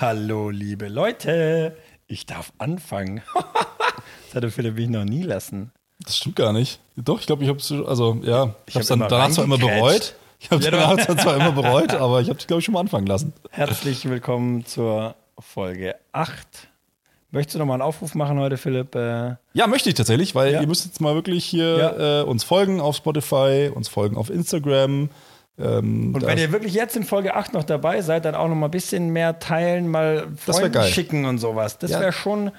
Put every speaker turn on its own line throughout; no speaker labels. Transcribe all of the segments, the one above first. Hallo, liebe Leute. Ich darf anfangen. das hatte Philipp mich noch nie lassen.
Das stimmt gar nicht. Doch, ich glaube, ich habe es, also ja, ich,
Ich
habe es
hab
dann
immer
danach zwar immer bereut.
reingekrätscht.
Ich habe
Ja, du-
danach zwar immer bereut, aber ich habe es, glaube ich, schon mal anfangen lassen.
Herzlich willkommen zur Folge 8. Möchtest du nochmal einen Aufruf machen heute, Philipp? Äh,
Ja, möchte ich tatsächlich, weil
Ja.
ihr müsst jetzt mal wirklich hier
Ja.
äh, uns folgen auf Spotify, uns folgen auf Instagram. Ähm,
Und
da-
wenn ihr wirklich jetzt in Folge 8 noch dabei seid, dann auch noch mal ein bisschen mehr teilen, mal
wär
Freunden
geil.
schicken und sowas. Das
Ja.
wäre schon.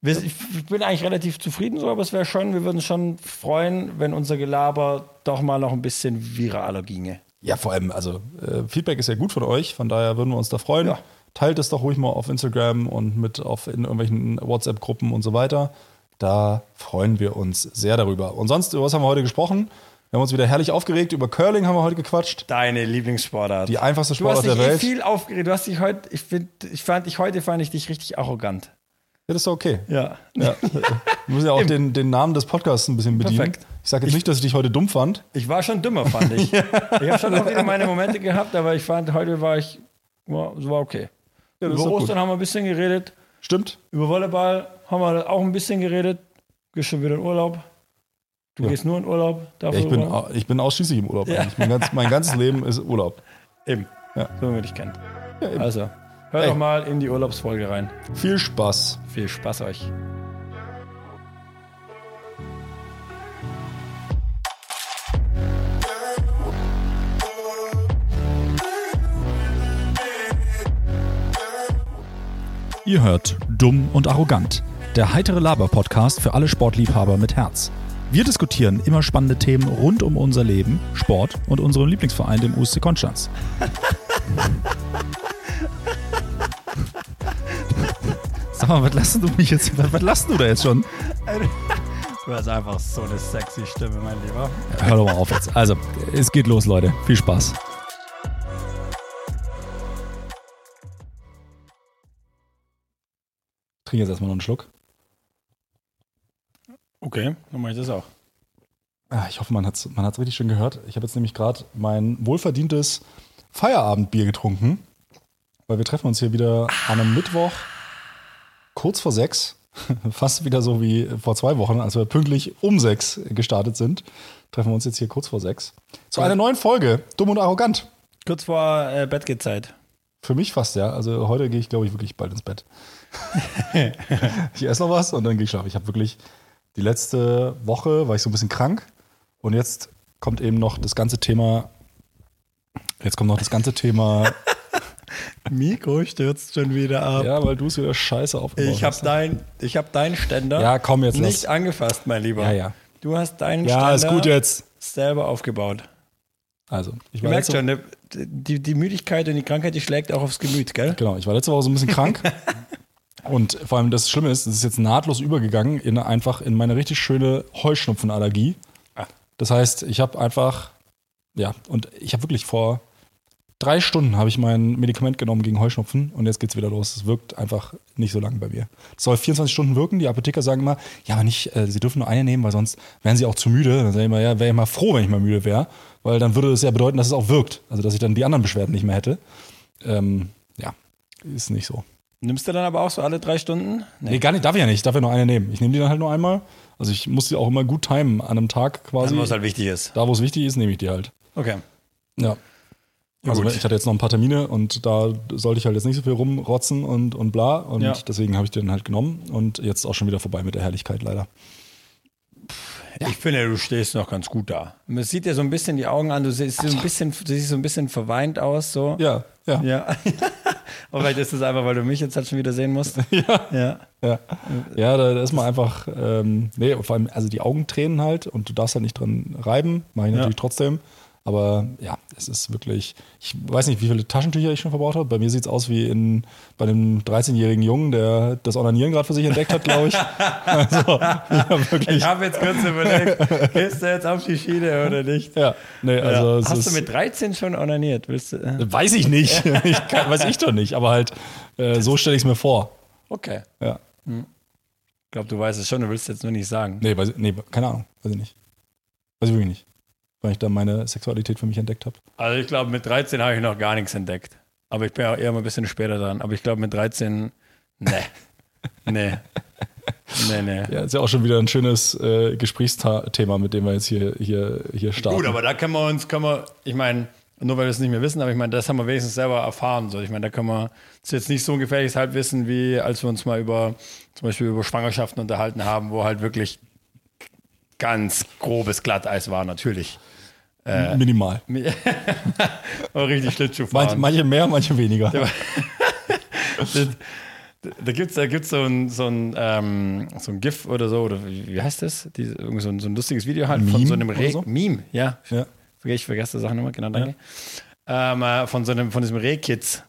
Wir, ich bin eigentlich relativ zufrieden so, aber es wäre schon, wir würden uns schon freuen, wenn unser Gelaber doch mal noch ein bisschen viraler ginge.
ja, vor allem, also äh, Feedback ist ja gut von euch, von daher würden wir uns da freuen.
Ja.
Teilt es doch ruhig mal auf Instagram und mit auf in irgendwelchen WhatsApp-Gruppen und so weiter. Da freuen wir uns sehr darüber. Und sonst, über was haben wir heute gesprochen? Wir haben uns wieder herrlich aufgeregt. Über Curling haben wir heute gequatscht.
Deine Lieblingssportart.
Die einfachste
du hast
Sportart
dich
der
eh
Welt.
viel aufgeregt. Du hast dich heute, ich finde, ich fand ich heute fand ich dich richtig arrogant.
Ja, das ist doch okay.
Ja.
Ja. Wir müssen ja auch den, den Namen des Podcasts ein bisschen bedienen.
Perfekt.
Ich sage jetzt nicht, dass ich dich heute dumm fand.
Ich war schon dümmer, fand ich. Ich habe schon auch wieder meine Momente gehabt, aber ich fand, heute war ich, war, war okay.
das ist
Über
doch gut.
Ostern haben wir ein bisschen geredet.
Stimmt.
Über Volleyball haben wir auch ein bisschen geredet. Gehst schon wieder in Urlaub. Du
Ja.
gehst nur in Urlaub.
Ja, ich, bin,
darüber.
au- ich bin ausschließlich im Urlaub eigentlich. Mein, ganz, mein ganzes Leben ist Urlaub.
Eben.
Ja.
So wie wir dich kennen.
eben.
also, hör
Ey.
doch mal in die Urlaubsfolge rein.
Viel Spaß.
Viel Spaß euch.
Ihr hört Dumm und Arrogant, der heitere Laber-Podcast für alle Sportliebhaber mit Herz. Wir diskutieren immer spannende Themen rund um unser Leben, Sport und unseren Lieblingsverein, dem USC Konstanz. Sag mal, was lassen du mich jetzt? Was, was lassen du da jetzt schon?
Du hast einfach so eine sexy Stimme, mein Lieber.
Hör doch mal auf jetzt. Also, es geht los, Leute. Viel Spaß.
Trinke jetzt erstmal noch einen Schluck.
Okay, dann mache ich das auch.
Ah, ich hoffe, man hat es man hat's richtig schön gehört. Ich habe jetzt nämlich gerade mein wohlverdientes Feierabendbier getrunken, weil wir treffen uns hier wieder an einem Mittwoch kurz vor sechs. Fast wieder so wie vor zwei Wochen, als wir pünktlich um sechs gestartet sind. Treffen wir uns jetzt hier kurz vor sechs. Zu einer neuen Folge. Dumm und arrogant.
Kurz vor äh, Bettgehzeit.
Für mich fast, ja. Also heute gehe ich, glaube ich, wirklich bald ins Bett. ich esse noch was und dann gehe ich schlafen. Ich habe wirklich die letzte Woche war ich so ein bisschen krank und jetzt kommt eben noch das ganze Thema. Jetzt kommt noch das ganze Thema.
Mikro stürzt schon wieder ab.
ja, weil du es wieder scheiße aufgebaut
Ich habe
hast.
dein, ich hab deinen Ständer
Ja, komm, jetzt
nicht
lass.
angefasst, mein Lieber.
Ja, ja.
Du hast deinen
Ja, ist
Ständer
gut jetzt.
selber aufgebaut.
Also, ich
Du
war
merkst
letzte,
schon, ne, die, die Müdigkeit und die Krankheit, die schlägt auch aufs Gemüt, gell?
Genau, ich war letzte Woche so ein bisschen krank. Und vor allem das Schlimme ist, es ist jetzt nahtlos übergegangen in einfach in meine richtig schöne Heuschnupfenallergie.
Ah.
Das heißt, ich habe einfach, ja, und ich habe wirklich vor drei Stunden habe ich mein Medikament genommen gegen Heuschnupfen und jetzt geht's wieder los. Es wirkt einfach nicht so lange bei mir. Es soll 24 Stunden wirken. Die Apotheker sagen immer, ja, aber nicht, äh, sie dürfen nur eine nehmen, weil sonst wären sie auch zu müde. Dann sage ich immer, ja, wäre ich mal froh, wenn ich mal müde wäre, weil dann würde das ja bedeuten, dass es auch wirkt. Also, dass ich dann die anderen Beschwerden nicht mehr hätte. Ähm, ja, ist nicht so.
Nimmst du dann aber auch so alle drei Stunden?
Nee, gar nicht, darf ich ja nicht. Ich darf ja nur eine nehmen. Ich nehme die dann halt nur einmal. Also ich muss die auch immer gut timen an einem Tag quasi.
Dann, was halt wichtig ist.
Da, wo es wichtig ist, nehme ich die halt.
Okay.
Ja. Also
gut.
ich hatte jetzt noch ein paar Termine und da sollte ich halt jetzt nicht so viel rumrotzen und, und bla. Und
Ja.
deswegen habe ich die dann halt genommen und jetzt ist auch schon wieder vorbei mit der Herrlichkeit leider.
Ich finde, du stehst noch ganz gut da. Man sieht dir so ein bisschen die Augen an, du siehst so ein bisschen, du siehst so ein bisschen verweint aus, so.
Ja, ja.
Ja. Aber vielleicht ist es einfach, weil du mich jetzt halt schon wieder sehen musst.
Ja,
Ja.
ja. ja da, da ist man einfach, ähm, nee, vor allem, also die Augen tränen halt und du darfst halt nicht dran reiben, mache ich
Ja.
natürlich trotzdem. Aber ja, es ist wirklich, ich weiß nicht, wie viele Taschentücher ich schon verbraucht habe. Bei mir sieht es aus wie in, bei einem 13-jährigen Jungen, der das Onanieren gerade für sich entdeckt hat, glaube ich. Also, ja, wirklich.
Ich habe jetzt kurz überlegt, gehst du jetzt auf die Schiene oder nicht?
Ja, nee, also
ja.
es
Hast
ist,
du mit 13 schon onaniert? Willst du, äh,
Weiß ich nicht. ich kann, weiß ich doch nicht. Aber halt, äh, so stelle ich es mir vor.
okay. Hm.
Ja.
Ich glaube, du weißt es schon, du willst es jetzt nur nicht sagen.
Nee, weiß, nee, keine Ahnung. Weiß ich nicht. Weiß ich wirklich nicht. Weil ich da meine Sexualität für mich entdeckt habe.
Also ich glaube, mit 13 habe ich noch gar nichts entdeckt. Aber ich bin ja eher mal ein bisschen später dran. Aber ich glaube, mit 13, ne. Nee. Nee, nee.
Ja, ist ja auch schon wieder ein schönes äh, Gesprächsthema, mit dem wir jetzt hier, hier, hier starten.
Gut, aber da können wir uns, können wir, ich meine, nur weil wir es nicht mehr wissen, aber ich meine, das haben wir wenigstens selber erfahren. So. Ich meine, da können wir, das ist jetzt nicht so ein gefährliches Halbwissen, wie als wir uns mal über, zum Beispiel über Schwangerschaften unterhalten haben, wo halt wirklich ganz grobes Glatteis war, natürlich.
Äh, Minimal.
Aber richtig Schlittschuh
Manche,
fahren.
manche mehr, manche weniger.
Da gibt es da gibt's so ein, so, ein, ähm, so ein GIF oder so, oder wie wie heißt das? Diese, irgend so, ein, so ein lustiges Video halt von
Meme
so einem
oder
Reh.
so?
Meme, ja.
Ja.
Verge- Ich vergesse die Sachen immer, genau, danke. Ähm, äh, von, so einem, von diesem Rehkitz,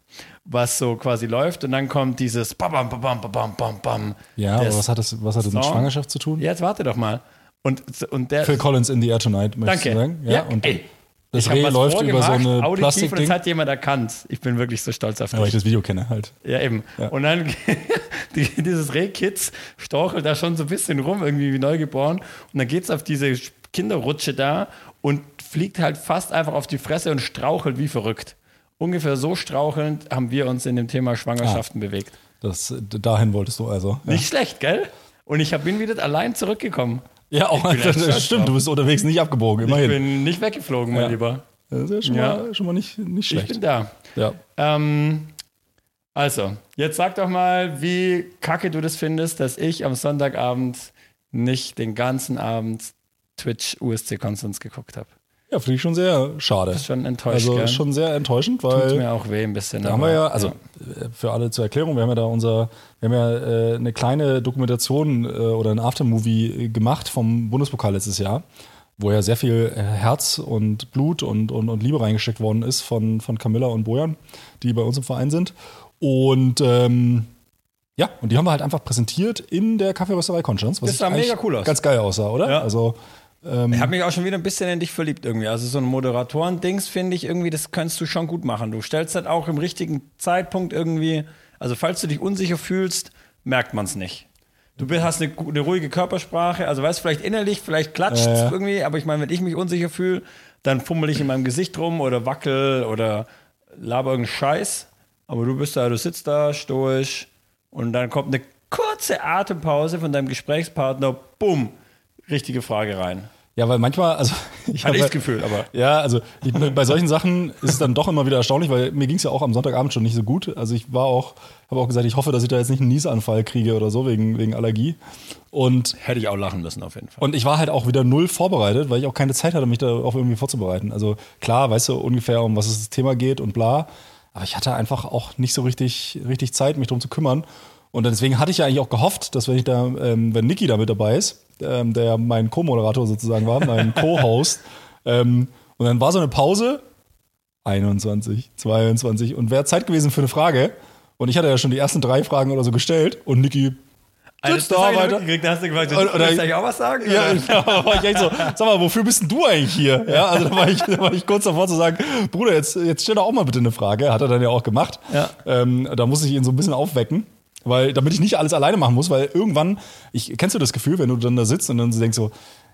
was so quasi läuft und dann kommt dieses Babam, Babam, Babam, Bam, Bam.
Ja, aber
Des-
was hat das, was hat das mit
Song.
Schwangerschaft zu tun?
Jetzt warte doch mal. Und, und der.
Phil Collins in the Air Tonight, möchtest
Danke.
du sagen? ne? Ja, und
ey,
das
ich hab
Reh
was
läuft über so
vorgemacht,
eine
auditiv, Und
Plastikding.
das hat jemand erkannt. Ich bin wirklich so stolz auf
Weil
dich.
ich das Video kenne halt.
Ja, eben. Und dann die, dieses Rehkitz storchelt da schon so ein bisschen rum, irgendwie wie neugeboren. Und dann geht's auf diese Kinderrutsche da und fliegt halt fast einfach auf die Fresse und strauchelt wie verrückt. Ungefähr so strauchelnd haben wir uns in dem Thema Schwangerschaften
Ah.
bewegt.
Das, dahin wolltest du also. Ja,
Nicht schlecht, gell? Und ich hab- bin wieder allein zurückgekommen.
ja auch
bin echt stolz
das stimmt, du bist unterwegs nicht abgebogen,
Ich
immerhin.
bin nicht weggeflogen, mein
Ja.
Lieber.
Das ist ja schon,
Ja.
Mal, schon mal nicht, nicht
Ich
schlecht.
bin da.
Ja.
Ähm, also, jetzt sag doch mal, wie kacke du das findest, dass ich am Sonntagabend nicht den ganzen Abend Twitch USC Konstanz geguckt habe.
ja, finde ich schon sehr schade.
Schon enttäuscht,
Also
gell?
schon sehr enttäuschend, weil.
Tut mir auch weh ein bisschen.
Da haben wir ja, also äh, für alle zur Erklärung, wir haben ja da unser, wir haben ja äh, eine kleine Dokumentation äh, oder ein Aftermovie äh, gemacht vom Bundespokal letztes Jahr, wo ja sehr viel äh, Herz und Blut und, und, und Liebe reingesteckt worden ist von, von Camilla und Bojan, die bei uns im Verein sind. Und ähm, ja, und die haben wir halt einfach präsentiert in der Kaffeerösterei Konstanz, was
Das sah
eigentlich
mega cool aus.
ganz geil aussah, oder?
Ja.
Also
Ich habe mich auch schon wieder ein bisschen in dich verliebt irgendwie. Also so ein Moderatoren-Dings finde ich irgendwie, das kannst du schon gut machen. Du stellst halt auch im richtigen Zeitpunkt irgendwie, also falls du dich unsicher fühlst, merkt man es nicht. Du bist- hast eine, gu- eine ruhige Körpersprache, also weißt vielleicht innerlich, vielleicht klatscht
Ja, ja.
irgendwie, aber ich meine, wenn ich mich unsicher fühle, dann fummel ich in meinem Gesicht rum oder wackel oder laber irgendeinen Scheiß. Aber du bist da, du sitzt da stoisch und dann kommt eine kurze Atempause von deinem Gesprächspartner, bumm, richtige Frage rein.
Ja, weil manchmal, also ich
Hatte ich
habe-
das Gefühl, aber.
Ja, also ich, bei solchen Sachen ist es dann doch immer wieder erstaunlich, weil mir ging es ja auch am Sonntagabend schon nicht so gut. Also ich war auch, habe auch gesagt, ich hoffe, dass ich da jetzt nicht einen Niesanfall kriege oder so wegen, wegen Allergie. Und,
Hätte ich auch lachen müssen, auf jeden Fall.
und ich war halt auch wieder null vorbereitet, weil ich auch keine Zeit hatte, mich darauf irgendwie vorzubereiten. Also klar, weißt du ungefähr, um was das Thema geht und bla. Aber ich hatte einfach auch nicht so richtig, richtig Zeit, mich drum zu kümmern. Und deswegen hatte ich ja eigentlich auch gehofft, dass wenn ich da, ähm, wenn Niki da mit dabei ist, ähm, der ja mein Co-Moderator sozusagen war, mein Co-Host, ähm, und dann war so eine Pause 21, 22 und wäre Zeit gewesen für eine Frage. Und ich hatte ja schon die ersten drei Fragen oder so gestellt und Niki sitzt da weiter.
Gekriegt, hast du gefragt,
Oder-
willst du
oder-
eigentlich auch was sagen?
Ja,
Oder?
genau. Da war ich echt so, sag mal, wofür bist denn du eigentlich hier? Ja, also da war ich, da war ich kurz davor zu sagen, Bruder, jetzt, jetzt stell doch auch mal bitte eine Frage. Hat er dann ja auch gemacht.
Ja.
Ähm, da muss ich ihn so ein bisschen aufwecken. Weil, damit ich nicht alles alleine machen muss, weil irgendwann, ich, kennst du das Gefühl, wenn du dann da sitzt und dann denkst so,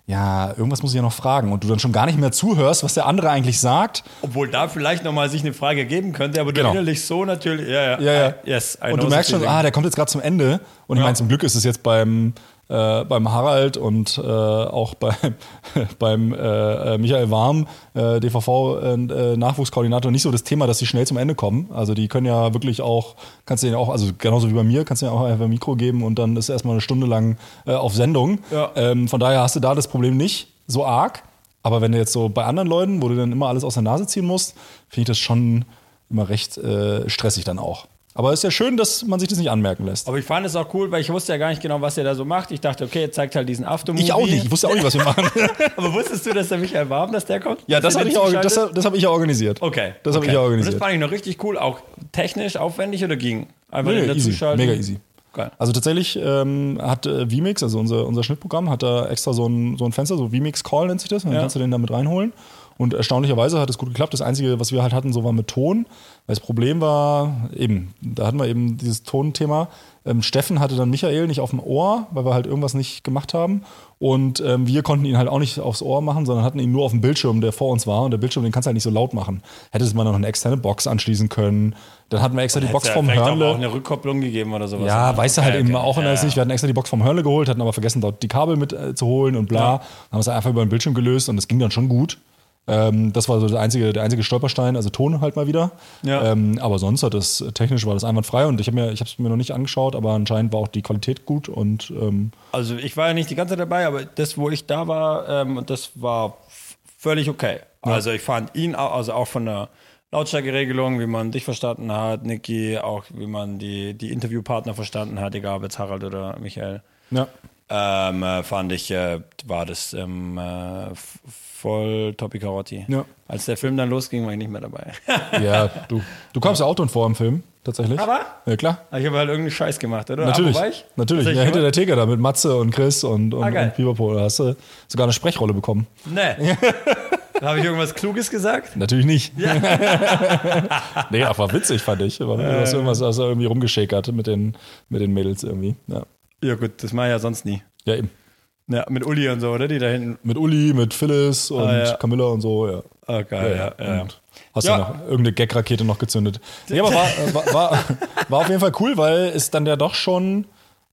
ja, irgendwas muss ich ja noch fragen und du dann schon gar nicht mehr zuhörst, was der andere eigentlich sagt.
Obwohl da vielleicht nochmal sich eine Frage geben könnte, aber
Genau.
du innerlich so natürlich. Ja, ja.
Ja, ja.
I- Yes, I
und du
know
merkst
the
schon,
feeling.
ah, der kommt jetzt gerade zum Ende. Und ich meine, zum Glück ist es jetzt beim, äh, beim Harald und äh, auch bei, beim äh, äh, Michael Warm, äh, DVV-Nachwuchskoordinator, nicht so das Thema, dass sie schnell zum Ende kommen. Also die können ja wirklich auch, kannst du denen auch, also genauso wie bei mir, kannst du denen auch einfach ein Mikro geben und dann ist erstmal eine Stunde lang äh, auf Sendung.
Ja.
Ähm, von daher hast du da das Problem nicht so arg. Aber wenn du jetzt so bei anderen Leuten, wo du dann immer alles aus der Nase ziehen musst, finde ich das schon immer recht äh, stressig dann auch. Aber es ist ja schön, dass man sich das nicht anmerken lässt.
Aber ich fand es auch cool, weil ich wusste ja gar nicht genau, was er da so macht. Ich dachte, okay, er zeigt halt diesen Aftermovie.
Ich auch nicht. Ich wusste auch nicht, was wir machen.
aber wusstest du, dass der Michael Warm, dass der kommt?
ja, das,
Dass
hatte
ihr
ich
den
auch,
zuschaltet?
das, das habe ich ja organisiert.
Okay.
Das habe
okay.
ich ja
Und
organisiert.
das fand ich noch richtig cool. Auch technisch aufwendig oder ging? Einfach
Nee,
in der
easy.
Zuschaltung?
Mega easy.
Geil.
Also tatsächlich ähm, hat äh, vMix, also unser, unser Schnittprogramm, hat da extra so ein, so ein Fenster, so vMix Call nennt sich das, und dann
Ja.
kannst du den da mit reinholen. Und erstaunlicherweise hat es gut geklappt. Das Einzige, was wir halt hatten, so war mit Ton. Weil das Problem war, eben, da hatten wir eben dieses Tonthema. Ähm, Steffen hatte dann Michael nicht auf dem Ohr, weil wir halt irgendwas nicht gemacht haben. Und ähm, wir konnten ihn halt auch nicht aufs Ohr machen, sondern hatten ihn nur auf dem Bildschirm, der vor uns war. Und der Bildschirm, den kannst du halt nicht so laut machen. Hättest man noch eine externe Box anschließen können. Dann hatten wir extra die Box
Hätt's ja
vom
vielleicht aber
Hörnle.
auch eine Rückkopplung gegeben oder sowas.
Ja, weißt du
Okay,
halt eben
okay.
auch
ja,
immer
ja.
nicht. Wir hatten extra die Box vom Hörle geholt, hatten aber vergessen, dort die Kabel mit äh, zu holen und bla. Dann haben wir es einfach über den Bildschirm gelöst und das ging dann schon gut. Ähm, das war so der einzige, der einzige Stolperstein, also Ton halt mal wieder.
Ja.
Ähm, aber sonst hat das technisch war das einwandfrei und ich habe mir, ich habe es mir noch nicht angeschaut, aber anscheinend war auch die Qualität gut und ähm,
Also ich war ja nicht die ganze Zeit dabei, aber das, wo ich da war, ähm, das war f- völlig okay. Also ich fand ihn, au- also auch von der Lautstärkeregelung, wie man dich verstanden hat, Niki, auch wie man die, die Interviewpartner verstanden hat, egal ob jetzt Harald oder Michael,
ja.
ähm, äh, fand ich, äh, war das ähm, äh, f- voll Topi Karotti.
Ja.
Als der Film dann losging, war ich nicht mehr dabei.
ja, du, du kommst ja auch drin vor im Film, tatsächlich.
Aber?
Ja, klar.
ich habe halt irgendeinen Scheiß gemacht, oder?
Natürlich,
Ah, wo war ich?
natürlich.
Was hab
Ja,
ich
hinter der
gemacht?
Theke da mit Matze und Chris und, und,
Ah, geil.
und Pipapo. Da hast du sogar eine Sprechrolle bekommen.
Nee. habe ich irgendwas Kluges gesagt?
Natürlich nicht. nee, aber war witzig, fand ich. War, du hast irgendwas hast du irgendwie rumgeschäkert mit den, mit den Mädels irgendwie. Ja.
Ja gut, das mache ich ja sonst nie.
ja, eben.
Ja, mit Uli und so, oder? Die da hinten.
Mit Uli, mit Phyllis und
Ah, ja.
Camilla und so, ja.
Ah, geil, ja. ja, ja.
Und Hast
Ja.
ja noch irgendeine Gag-Rakete noch gezündet. Nee, aber war, äh, war, war, war auf jeden Fall cool, weil es dann ja doch schon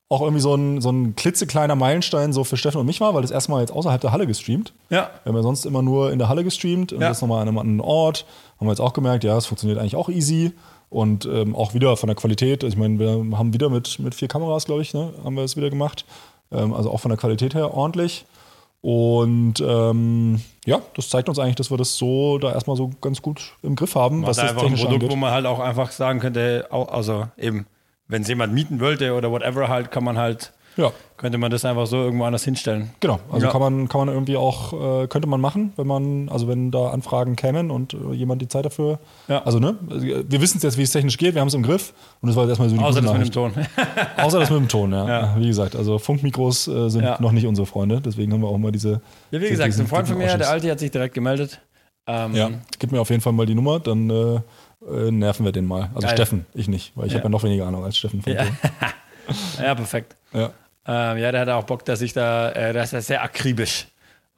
auch irgendwie so ein, so ein klitzekleiner Meilenstein so für Steffen und mich war, weil das erstmal jetzt außerhalb der Halle gestreamt.
Ja.
Wir haben ja sonst immer nur in der Halle gestreamt und
Ja.
jetzt nochmal an einem anderen Ort. Haben wir jetzt auch gemerkt, ja, es funktioniert eigentlich auch easy. Und ähm, auch wieder von der Qualität, also ich meine, wir haben wieder mit, mit vier Kameras, glaube ich, ne, haben wir es wieder gemacht. Ähm, also auch von der Qualität her ordentlich. Und ähm, ja, das zeigt uns eigentlich, dass wir das so da erstmal so ganz gut im Griff haben,
Was
was das
einfach ein
technisch
Produkt,
angeht.
wo man halt auch einfach sagen könnte, au- also eben, wenn es jemand mieten wollte oder whatever halt, kann man halt,
Ja.
könnte man das einfach so irgendwo anders hinstellen.
Genau, also
Ja.
kann, man, kann man irgendwie auch, äh, könnte man machen, wenn man, also wenn da Anfragen kämen und äh, jemand die Zeit dafür.
Ja.
Also, ne, also, wir wissen es jetzt, wie es technisch geht, wir haben es im Griff und das war jetzt erstmal so die
Außer
gute
das mit dem
Nachricht.
Ton.
Außer das mit dem Ton, ja.
Ja.
Wie gesagt, also Funkmikros äh, sind
Ja.
noch nicht unsere Freunde, deswegen haben wir auch immer diese.
Ja, wie
diese-
gesagt,
diesen-
ein Freund von
diesen
mir, der
Ausschuss.
Alte, hat sich direkt gemeldet. Ähm,
Ja, gib mir auf jeden Fall mal die Nummer, dann äh, äh, nerven wir den mal. Also
Geil.
Steffen, ich nicht, weil ich
Ja.
habe ja noch weniger Ahnung als Steffen von
Ja.
Ton.
ja, perfekt.
Ja.
Ähm, ja, der hat auch Bock, dass ich da, äh, das ist sehr akribisch.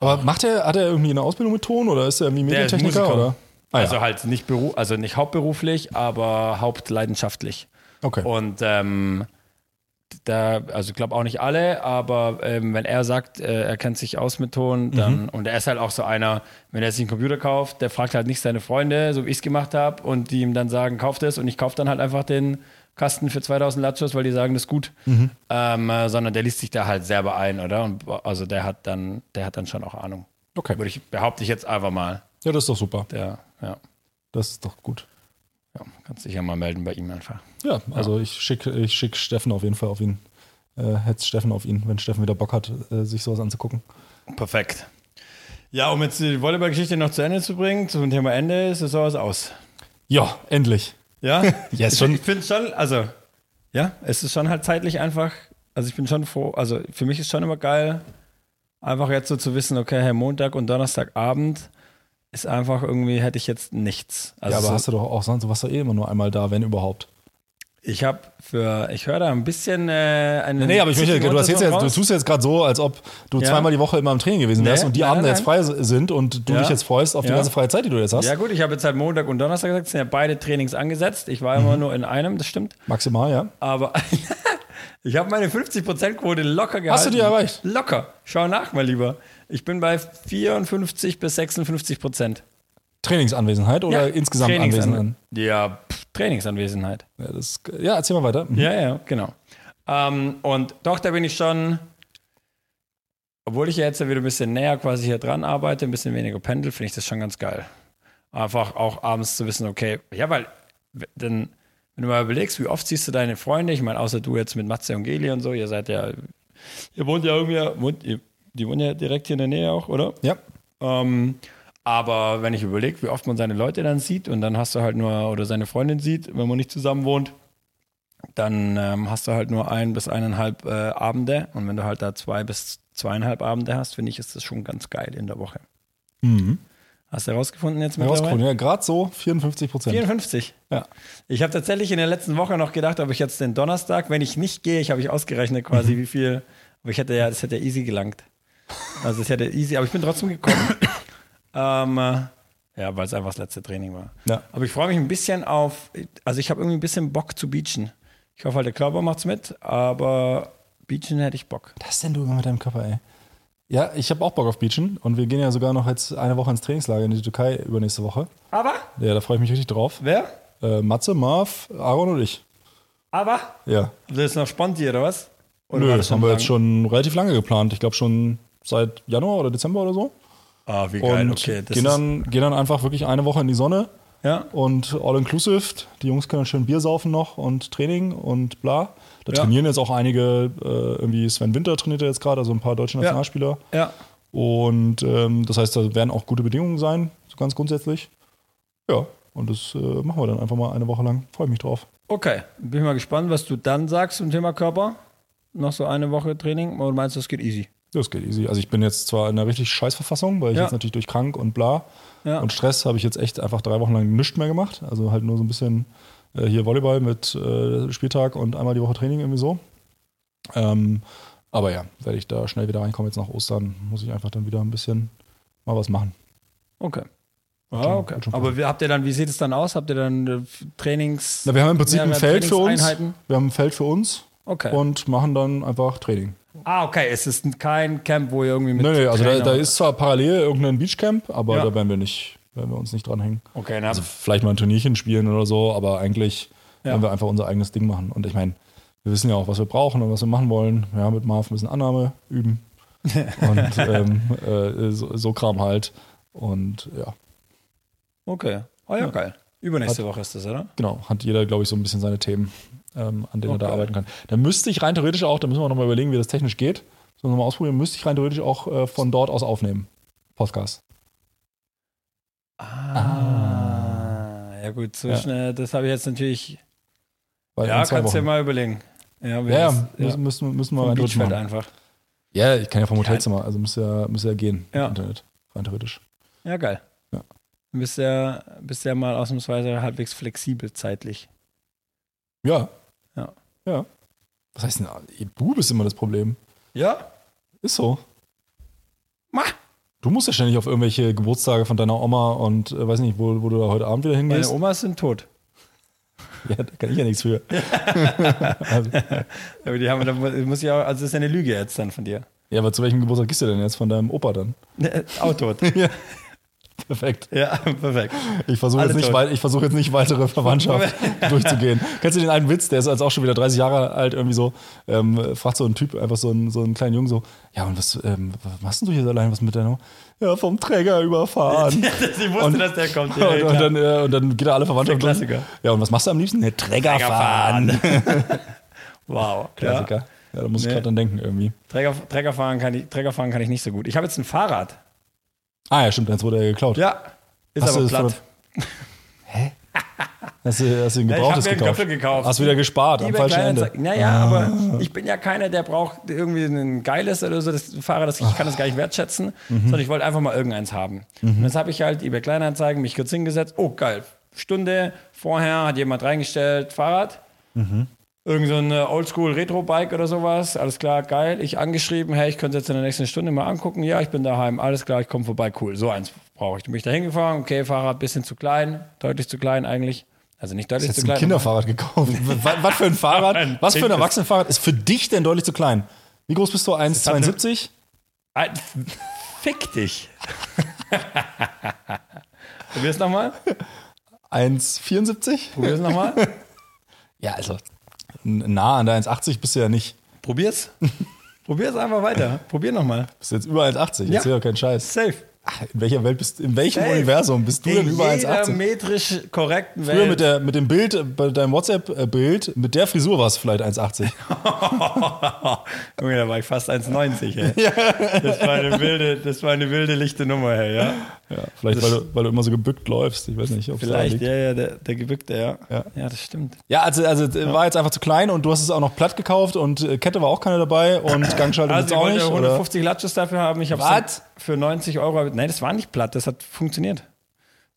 Aber macht er, hat er irgendwie eine Ausbildung mit Ton oder ist er irgendwie
Der ist
Medientechniker?
Musiker.
oder? Ah,
also
ja.
halt nicht beru also nicht hauptberuflich, aber hauptleidenschaftlich.
Okay.
Und ähm, da, also ich glaube auch nicht alle, aber ähm, wenn er sagt, äh, er kennt sich aus mit Ton, dann, und er ist halt auch so einer, wenn er sich einen Computer kauft, der fragt halt nicht seine Freunde, so wie ich es gemacht habe, und die ihm dann sagen, kauft es, und ich kaufe dann halt einfach den Kasten für 2000 Latzschuss, weil die sagen, das ist gut, ähm, äh, sondern der liest sich da halt selber ein, oder? Und bo- also der hat dann, der hat dann schon auch Ahnung.
Okay.
Würde ich, behaupte ich jetzt einfach mal.
Ja, das ist doch super.
Der, ja,
Das ist doch gut.
ja, kannst dich ja mal melden bei ihm einfach.
Ja, also ich schicke ich schick Steffen auf jeden Fall auf ihn. Äh, hetz Steffen auf ihn, wenn Steffen wieder Bock hat, äh, sich sowas anzugucken.
Perfekt. Ja, um jetzt die Volleyball-Geschichte noch zu Ende zu bringen, zum Thema Ende, ist es sowas aus.
Ja, endlich.
Ja?
Yes,
ich
schon.
ich finde schon, also, ja, es ist schon halt zeitlich einfach, also ich bin schon froh, also für mich ist schon immer geil, einfach jetzt so zu wissen, okay, hey, Montag und Donnerstagabend ist einfach irgendwie, hätte ich jetzt nichts. Also
ja, aber
so,
hast du doch auch sonst, du warst doch eh immer nur einmal da, wenn überhaupt.
ich habe für, ich höre da ein bisschen äh, eine.
Nee, aber ich möchte, du, erzählst jetzt, du
raus.
tust jetzt gerade so, als ob du
Ja.
zweimal die Woche immer im Training gewesen wärst
Nee,
und die
nein,
Abende
nein,
jetzt frei sind und du
Ja.
dich jetzt freust auf die
Ja.
ganze freie Zeit, die du jetzt hast.
Ja, gut, ich habe jetzt halt Montag und Donnerstag gesagt, es sind ja beide Trainings angesetzt. Ich war
Mhm.
immer nur in einem, das stimmt.
Maximal, ja.
Aber ich habe meine 50%-Quote locker gehalten.
Hast du die erreicht?
Locker. Schau nach mal lieber. Ich bin bei 54 bis 56 Prozent.
Trainingsanwesenheit oder insgesamt Anwesenheit?
Ja, pff, Trainingsanwesenheit.
Ja, das, ja, erzähl mal weiter. Mhm.
Ja, ja, genau. Ähm, und doch, da bin ich schon, obwohl ich ja jetzt ja wieder ein bisschen näher quasi hier dran arbeite, ein bisschen weniger pendel, finde ich das schon ganz geil. Einfach auch abends zu wissen, okay, ja, weil w- dann, wenn du mal überlegst, wie oft siehst du deine Freunde, ich meine, außer du jetzt mit Matze und Geli und so, ihr seid ja, ihr wohnt ja irgendwie, wohnt, ihr, die wohnen ja direkt hier in der Nähe auch, oder?
Ja.
Ähm, aber wenn ich überlege, wie oft man seine Leute dann sieht und dann hast du halt nur, oder seine Freundin sieht, wenn man nicht zusammen wohnt, dann ähm, hast du halt nur ein bis eineinhalb äh, Abende. Und wenn du halt da zwei bis zweieinhalb Abende hast, finde ich, ist das schon ganz geil in der Woche.
Mhm.
Hast du herausgefunden jetzt
Herausgefunden,
mittlerweile?
ja, gerade so 54 Prozent.
54.
Ja.
Ich habe tatsächlich in der letzten Woche noch gedacht, ob ich jetzt den Donnerstag, wenn ich nicht gehe, ich habe ich ausgerechnet quasi,
Mhm.
wie viel. Aber ich hätte ja, das hätte ja easy gelangt. Also es hätte easy, aber ich bin trotzdem gekommen. ähm, äh, ja, weil es einfach das letzte Training war.
Ja.
Aber ich freue mich ein bisschen auf, also ich habe irgendwie ein bisschen Bock zu beachen. Ich hoffe halt, der Körper macht's mit, aber beachen hätte ich Bock.
Was denn du immer mit deinem Körper, ey? Ja, ich habe auch Bock auf Beachen und wir gehen ja sogar noch jetzt eine Woche ins Trainingslager in die Türkei übernächste Woche.
Aber,
Ja, da freue ich mich richtig drauf.
wer?
Äh, Matze, Marv, Aaron und ich.
Aber,
Ja.
das ist noch Sponti oder was? Oder war
Nö,
das
das haben wir
lang?
jetzt schon relativ lange geplant. Ich glaube schon seit Januar oder Dezember oder so.
Ah, wie geil,
Und
okay. Das
gehen,
ist,
dann, gehen dann einfach wirklich eine Woche in die Sonne
ja.
und all inclusive. Die Jungs können dann schön Bier saufen noch und Training und bla. Da
Ja.
trainieren jetzt auch einige, äh, irgendwie Sven Winter trainiert ja jetzt gerade, also ein paar deutsche Nationalspieler.
Ja.
Und ähm, das heißt, da werden auch gute Bedingungen sein, so ganz grundsätzlich. Ja, und das äh, machen wir dann einfach mal eine Woche lang. Freue mich drauf.
Okay, bin ich mal gespannt, was du dann sagst zum Thema Körper. Noch so eine Woche Training oder meinst du, das geht easy?
Das geht easy. Also ich bin jetzt zwar in einer richtig scheiß Verfassung, weil ich
Ja.
jetzt natürlich durch krank und bla
Ja.
und Stress habe ich jetzt echt einfach drei Wochen lang nichts mehr gemacht. Also halt nur so ein bisschen äh, hier Volleyball mit äh, Spieltag und einmal die Woche Training irgendwie so. Ähm, aber ja, werde ich da schnell wieder reinkommen. Jetzt nach Ostern muss ich einfach dann wieder ein bisschen mal was machen.
Okay.
schon-
Ah, okay.
wird schon
Aber wie, habt ihr dann, wie sieht es dann aus? Habt ihr dann äh, Trainings?
Na, wir haben im Prinzip ein
mehrere
Feld für uns.
Trainingseinheiten?
Wir haben ein Feld für uns
Okay.
und machen dann einfach Training.
ah, okay. Es ist kein Camp, wo ihr irgendwie mit.
Nee, nee, also da,
Trainer-
da ist zwar parallel irgendein Beachcamp, aber
Ja.
da werden wir nicht, werden wir uns nicht dranhängen.
Okay, na,
Also vielleicht mal ein Turnierchen spielen oder so, aber eigentlich
Ja.
werden wir einfach unser eigenes Ding machen. Und ich meine, wir wissen ja auch, was wir brauchen und was wir machen wollen. Ja, mit Marv ein bisschen Annahme üben und ähm, äh, so, so Kram halt. Und ja,
okay. Oh ja, geil. Übernächste Woche ist das, oder?
genau, hat jeder, glaube ich, so ein bisschen seine Themen, ähm, an denen er da
Okay.
arbeiten kann. Da müsste ich rein theoretisch auch, da müssen wir nochmal überlegen, wie das technisch geht, müssen wir nochmal ausprobieren, müsste ich rein theoretisch auch äh, von dort aus aufnehmen. Podcast.
Ah. Ja, gut. So
Ja.
schnell, das habe ich jetzt natürlich.
Weil
Ja,
in zwei
kannst du dir
Wochen-
mal überlegen. Ja, wir
Ja,
das-
ja, müssen, müssen, müssen wir
Vom
rein theoretisch
Beachfeld
machen.
einfach.
Ja, ich kann ja vom Hotelzimmer, also müsste ja, müsste ja gehen
Ja.
im Internet, rein theoretisch.
Ja, geil.
Ja.
Bist ja, bist ja mal ausnahmsweise halbwegs flexibel zeitlich.
Ja.
Ja.
Ja. Was heißt denn, du bist immer das Problem.
Ja?
Ist so.
Ma!
Du musst ja ständig auf irgendwelche Geburtstage von deiner Oma und äh, weiß nicht, wo, wo du da heute Abend wieder
Meine
hingehst.
Omas sind tot.
Ja, da kann ich ja nichts für. also,
Aber die haben, da mu- muss ich auch, also das ist ja eine Lüge jetzt dann von dir.
ja, aber zu welchem Geburtstag gehst du denn jetzt von deinem Opa dann?
Ne, Auch tot.
Perfekt.
ja, perfekt.
Ich versuche
Alle
jetzt, nicht
tot.
wei- ich versuche jetzt nicht weitere Verwandtschaft durchzugehen. Kennst du den einen Witz, der ist also auch schon wieder 30 Jahre alt, irgendwie so, ähm, fragt so ein Typ, einfach so einen, so einen kleinen Jungen so, ja und was, ähm, was machst denn du hier so allein, was mit deiner? Ja, vom Träger überfahren.
Ich wusste, dass der kommt. Ja,
und,
ja,
und,
klar.
dann, äh, und dann geht er alle Verwandtschaft.
Der
durch.
Klassiker.
Ja, und was machst du am liebsten? Ne, Träger,
Träger
fahren.
fahren. wow.
Klassiker.
Ja.
Ja. da muss ich
Nee.
gerade dran denken irgendwie.
Träger, Träger, fahren kann ich, Träger fahren kann ich nicht so gut. Ich habe jetzt ein Fahrrad.
Ah ja, stimmt, jetzt wurde er geklaut.
Ja. Ist
Hast du
aber
das
platt.
von- Hast, du, hast du ihn
Ja, ich hab
gebrauchtes
mir einen
gekauft?
Köpfe gekauft.
Hast wieder gespart, am
Lieber
falschen
kleiner
Ende. Ah.
Zeig- Naja, aber ich bin ja keiner, der braucht irgendwie ein geiles oder so. Das Fahrrad, das ich kann das gar nicht wertschätzen,
Mhm.
sondern ich wollte einfach mal irgendeins haben. Und das habe ich halt eBay Kleinanzeigen mich kurz hingesetzt. Oh, geil. Stunde vorher hat jemand reingestellt, Fahrrad.
Mhm.
Irgend so ein äh, Oldschool-Retro-Bike oder sowas. Alles klar, geil. Ich angeschrieben, hey, ich könnte jetzt in der nächsten Stunde mal angucken. Ja, ich bin daheim. Alles klar, ich komme vorbei. Cool, so eins brauche ich. Dann bin ich da hingefahren. Okay, Fahrrad bisschen zu klein. Deutlich zu klein eigentlich. Also nicht deutlich
Jetzt
zu
ein
klein.
Kinderfahrrad gekauft. was, was für ein Fahrrad? Was für ein Erwachsenenfahrrad ist für dich denn deutlich zu klein? Wie groß bist du? 1,72? Äh,
Ein- Fick dich. Probier's nochmal.
1,74?
Probier's nochmal.
Ja, also n- nah an der 1,80 bist du ja nicht.
Probier's. Probier's einfach weiter. Probier nochmal.
Bist jetzt über 1,80. Jetzt ja.
Ja.
ja kein Scheiß.
Safe.
Ach, in welcher Welt bist In welchem
Safe.
Universum bist du denn über
In jeder
1,80?
metrisch korrekten
Früher
Welt.
mit, der, mit dem Bild, äh, bei deinem WhatsApp-Bild, mit der Frisur warst du vielleicht 1,80.
Junge, da war ich fast 1,90. ey. Das, war eine wilde, das war eine wilde, lichte Nummer, hey, ja.
Ja, vielleicht, weil du, weil du immer so gebückt läufst. Ich weiß nicht, ob
Vielleicht, ja, ja, der, der Gebückte, ja.
Ja.
ja. das stimmt.
Ja, also, also äh, war jetzt einfach zu klein und du hast es auch noch platt gekauft und äh, Kette war auch keine dabei und Gangschaltung
Also,
jetzt
ich wollte
auch nicht. Oder?
150 Latsches dafür haben. Ich
Was?
hab's dann für 90 Euro. Nein, das war nicht platt, das hat funktioniert.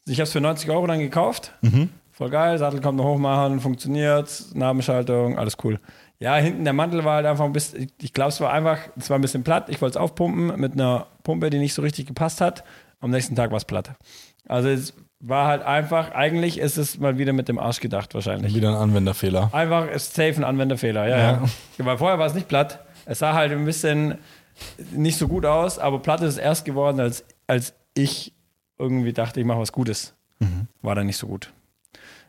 Ich habe es für 90 Euro dann gekauft.
Mhm.
Voll geil, Sattel kommt noch hochmachen, funktioniert, Nabenschaltung, alles cool. Ja, hinten der Mantel war halt einfach ein bisschen, ich- ich glaube, es war einfach, es war ein bisschen platt. Ich wollte es aufpumpen mit einer Pumpe, die nicht so richtig gepasst hat. Am nächsten Tag war es platt. Also es war halt einfach, eigentlich ist es mal wieder mit dem Arsch gedacht wahrscheinlich.
Wieder ein Anwenderfehler.
Einfach ist safe ein Anwenderfehler, ja,
Ja.
ja. Weil vorher war es nicht platt. Es sah halt ein bisschen nicht so gut aus, aber platt ist es erst geworden, als, als ich irgendwie dachte, ich mache was Gutes. War dann nicht so gut.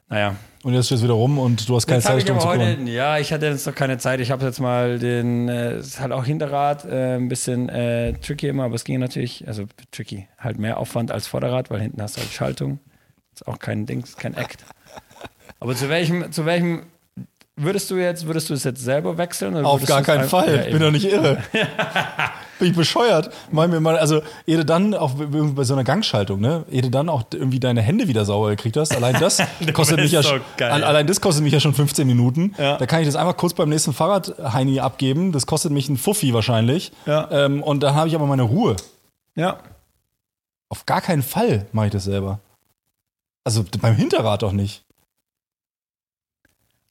Naja.
Und jetzt steht es wieder rum und du hast keine
Jetzt hab
Zeit,
ich
drum
aber
zu
heute,
kümmern.
ja, ich hatte jetzt noch keine Zeit. Ich habe jetzt mal den, äh, es ist halt auch Hinterrad, äh, ein bisschen äh, tricky immer, aber es ging natürlich, also tricky, halt mehr Aufwand als Vorderrad, weil hinten hast du halt Schaltung. Ist auch kein Dings, kein Act. Aber zu welchem, zu welchem würdest du jetzt, würdest du es jetzt selber wechseln? oder
Auf
würdest
gar
du es
keinen
ein-
Fall.
Ja,
bin
eben.
doch nicht irre. bin ich bescheuert. Mein, mir mal, also, ehe du dann auch irgendwie bei so einer Gangschaltung, ne, ehe du dann auch irgendwie deine Hände wieder sauber gekriegt hast, allein das kostet mich
bist
ja
so
sch-
geil.
al- allein das kostet mich ja schon 15 Minuten.
Ja.
Da kann ich das einfach kurz beim nächsten Fahrrad Heini abgeben. Das kostet mich einen Fuffi wahrscheinlich.
Ja.
Ähm, und dann habe ich aber meine Ruhe.
ja.
Auf gar keinen Fall mache ich das selber. Also d- beim Hinterrad doch nicht.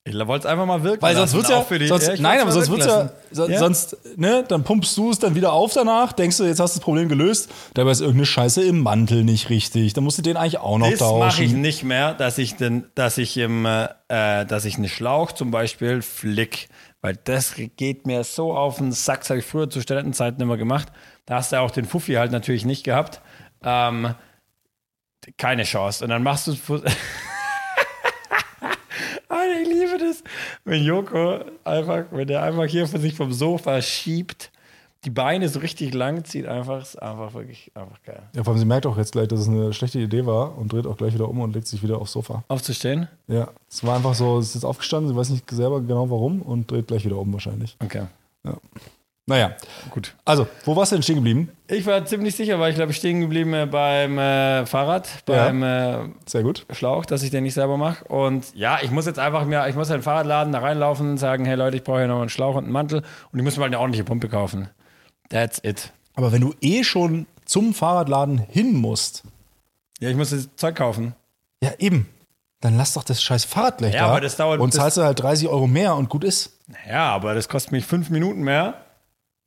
Ich wollte es einfach mal wirken.
Weil sonst
lassen,
wird's ja.
auch für die-
sonst,
Ja, ich
nein,
wollt's
aber
mal
sonst
wirken
wird's ja,
lassen.
so,
Ja.
Sonst, ne, dann pumpst du es dann wieder auf danach, denkst du, jetzt hast du das Problem gelöst. Dabei ist irgendeine Scheiße im Mantel nicht richtig. Dann musst du den eigentlich auch noch
Das mache ich
tauschen.
nicht mehr, dass ich den, dass ich im, äh, äh, dass ich einen Schlauch zum Beispiel flick, weil das geht mir so auf den Sack. Das habe ich früher zu Studentenzeiten immer gemacht. Da hast du auch den Fuffi halt natürlich nicht gehabt. Ähm, keine Chance. Und dann machst du Fu- Alter, ich liebe das. Wenn Joko einfach, wenn der einfach hier von sich vom Sofa schiebt, die Beine so richtig lang zieht, einfach, ist einfach wirklich, einfach geil.
Ja, vor allem, sie merkt auch jetzt gleich, dass es eine schlechte Idee war und dreht auch gleich wieder um und legt sich wieder aufs Sofa.
Aufzustehen?
Ja, es war einfach so, sie ist jetzt aufgestanden, sie weiß nicht selber genau warum und dreht gleich wieder um wahrscheinlich.
Okay,
Naja,
gut.
also, wo warst du denn stehen geblieben?
Ich war ziemlich sicher, weil ich glaube, ich stehen geblieben äh, beim äh, Fahrrad,
Ja.
beim
Sehr gut.
äh, Schlauch, dass ich den nicht selber mache. Und ja, ich muss jetzt einfach mir, ich muss einen Fahrradladen da reinlaufen und sagen, hey Leute, ich brauche hier noch einen Schlauch und einen Mantel und ich muss mir halt eine ordentliche Pumpe kaufen. That's it.
Aber wenn du eh schon zum Fahrradladen hin musst,
Ja, ich muss das Zeug kaufen.
ja eben, dann lass doch das scheiß Fahrrad gleich
Ja,
da
aber das dauert-
und
das-
zahlst du halt 30 Euro mehr und gut ist.
Ja, aber das kostet mich fünf Minuten mehr,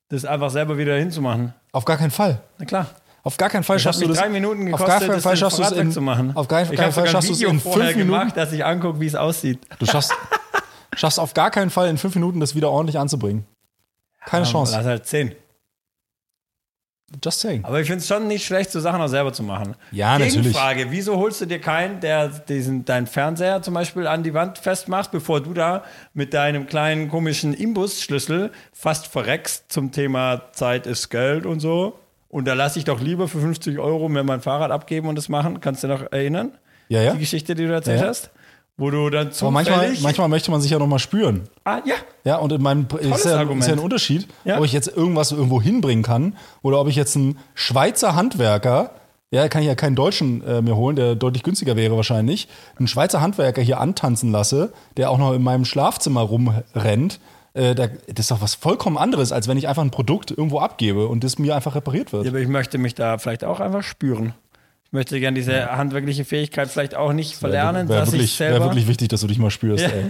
das einfach selber wieder hinzumachen.
Auf gar keinen Fall.
Na klar.
Auf gar keinen Fall
Das hat
schaffst du
mich
das.
drei Minuten
auf
gekostet,
gar keinen Fall
das
schaffst du es in,
zu machen.
Auf gar
ich
keinen Fall schaffst du es in fünf Minuten.
gemacht, dass ich angucke, wie es aussieht.
Du schaffst, schaffst auf gar keinen Fall in fünf Minuten das wieder ordentlich anzubringen. Keine Chance.
Lass halt zehn.
Just saying.
Aber ich finde es schon nicht schlecht, so Sachen auch selber zu machen.
Ja, natürlich.
Gegenfrage, wieso holst du dir keinen, der diesen, deinen Fernseher zum Beispiel an die Wand festmacht, bevor du da mit deinem kleinen komischen Imbusschlüssel fast verreckst zum Thema Zeit ist Geld und so? Und da lasse ich doch lieber für 50 Euro mir mein Fahrrad abgeben und das machen. Kannst du dir noch erinnern?
Ja, ja.
Die Geschichte, die du erzählt
Ja, ja.
hast? Wo du dann zufällig...
Aber manchmal, manchmal möchte man sich ja nochmal spüren.
ah, ja.
Ja, und in meinem ist ja, ist
Argument.
ja ein Unterschied,
Ja.
ob ich jetzt irgendwas irgendwo hinbringen kann oder ob ich jetzt einen Schweizer Handwerker, ja, kann ich ja keinen Deutschen äh, mir holen, der deutlich günstiger wäre wahrscheinlich, einen Schweizer Handwerker hier antanzen lasse, der auch noch in meinem Schlafzimmer rumrennt. Äh, da, das ist doch was vollkommen anderes, als wenn ich einfach ein Produkt irgendwo abgebe und das mir einfach repariert wird.
Ja, aber ich möchte mich da vielleicht auch einfach spüren. Ich möchte gerne diese handwerkliche Fähigkeit vielleicht auch nicht verlernen,
Wäre
dass ich
wirklich, wär
selber...
wirklich wichtig, dass du dich mal spürst. Ey.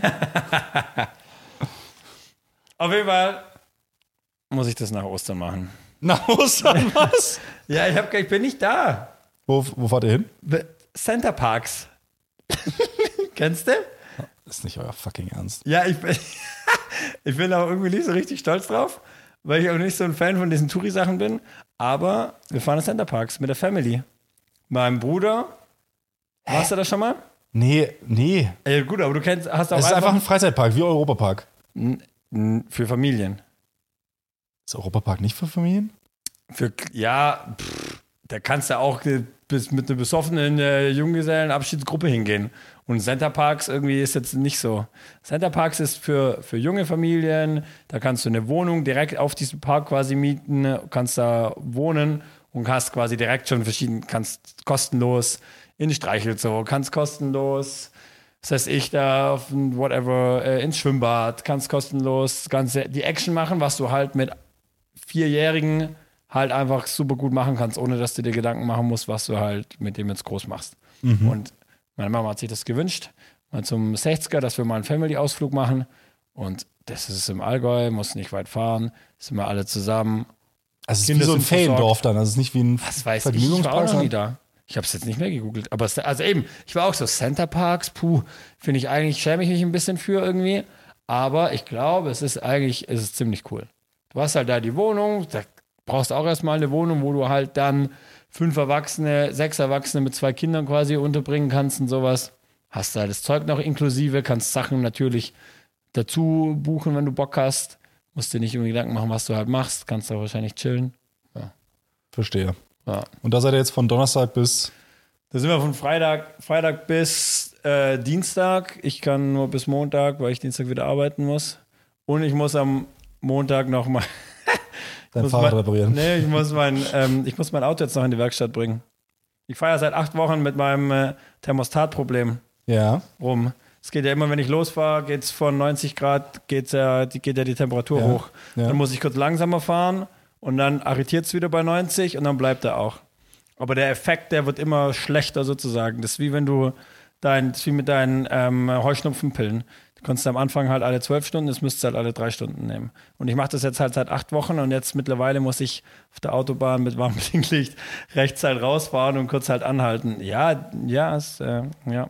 Auf jeden Fall muss ich das nach Ostern machen.
Na, Ostern, was?
Ja, ich, hab, ge- ich bin nicht da.
wo, wo fahrt ihr hin?
B- Center Parks. Kennst du?
Ist nicht euer fucking Ernst.
Ja, ich bin, ich bin auch irgendwie nicht so richtig stolz drauf, weil ich auch nicht so ein Fan von diesen Touri-Sachen bin. Aber wir fahren nach Center Parks mit der Family. Meinem Bruder. Warst du da schon mal?
Nee, nee.
Ey, gut, aber du kennst, hast auch
Es ist einfach
einfach,
ein Freizeitpark, wie Europapark.
N- für Familien.
Ist Europapark nicht für Familien?
Für, ja, pff, da kannst du auch äh, bis, mit einer besoffenen äh, Junggesellenabschiedsgruppe hingehen. Und Center Parks irgendwie ist jetzt nicht so. Center Parks ist für, für junge Familien, da kannst du eine Wohnung direkt auf diesem Park quasi mieten, kannst da wohnen und hast quasi direkt schon verschieden, kannst kostenlos in den Streichelzoo, kannst kostenlos, das heißt ich da, auf ein whatever, äh, ins Schwimmbad, kannst kostenlos ganze, die Action machen, was du halt mit Vierjährigen halt einfach super gut machen kannst, ohne dass du dir Gedanken machen musst, was du halt mit dem jetzt groß machst. Und meine Mama hat sich das gewünscht, mal zum 60er, dass wir mal einen Family-Ausflug machen. Und das ist im Allgäu, muss nicht weit fahren, sind wir alle zusammen.
Also es ist
Kinder
wie so ein
sind versorgt.
Feriendorf dann. Also es ist nicht wie ein
Das weiß ich, ich war auch noch nie
sondern-
da. Ich habe es jetzt nicht mehr gegoogelt. Aber es, also eben, ich war auch so Center Parks, puh, finde ich eigentlich, schäme ich mich ein bisschen für irgendwie. Aber ich glaube, es ist eigentlich, es ist ziemlich cool. Du hast halt da die Wohnung, da brauchst du auch erstmal eine Wohnung, wo du halt dann fünf Erwachsene, sechs Erwachsene mit zwei Kindern quasi unterbringen kannst und sowas. Hast da das Zeug noch inklusive, kannst Sachen natürlich dazu buchen, wenn du Bock hast. Musst dir nicht irgendwie Gedanken machen, was du halt machst. Kannst da wahrscheinlich chillen.
Verstehe.
Ja.
Und da seid ihr jetzt von Donnerstag bis.
Da sind wir von Freitag, Freitag bis äh, Dienstag. Ich kann nur bis Montag, weil ich Dienstag wieder arbeiten muss. Und ich muss am Montag noch mal.
Dein
muss
Fahrrad
mein,
reparieren.
Nee, ich muss, mein, ähm, ich muss mein Auto jetzt noch in die Werkstatt bringen. Ich fahre ja seit acht Wochen mit meinem äh, Thermostatproblem
Ja.
rum. Es geht ja immer, wenn ich losfahre, geht es von 90 Grad, geht's ja, die, geht ja die Temperatur
Ja,
hoch.
ja.
Dann muss ich kurz langsamer fahren und dann arretiert es wieder bei 90 und dann bleibt er auch. Aber der Effekt, der wird immer schlechter sozusagen. Das ist wie wenn du dein, das ist wie mit deinen ähm, Heuschnupfenpillen. Du konntest am Anfang halt alle zwölf Stunden, jetzt müsstest du halt alle drei Stunden nehmen. Und ich mache das jetzt halt seit acht Wochen und jetzt mittlerweile muss ich auf der Autobahn mit warmem Blinklicht rechts halt rausfahren und kurz halt anhalten. Ja, ja, ist, äh, ja,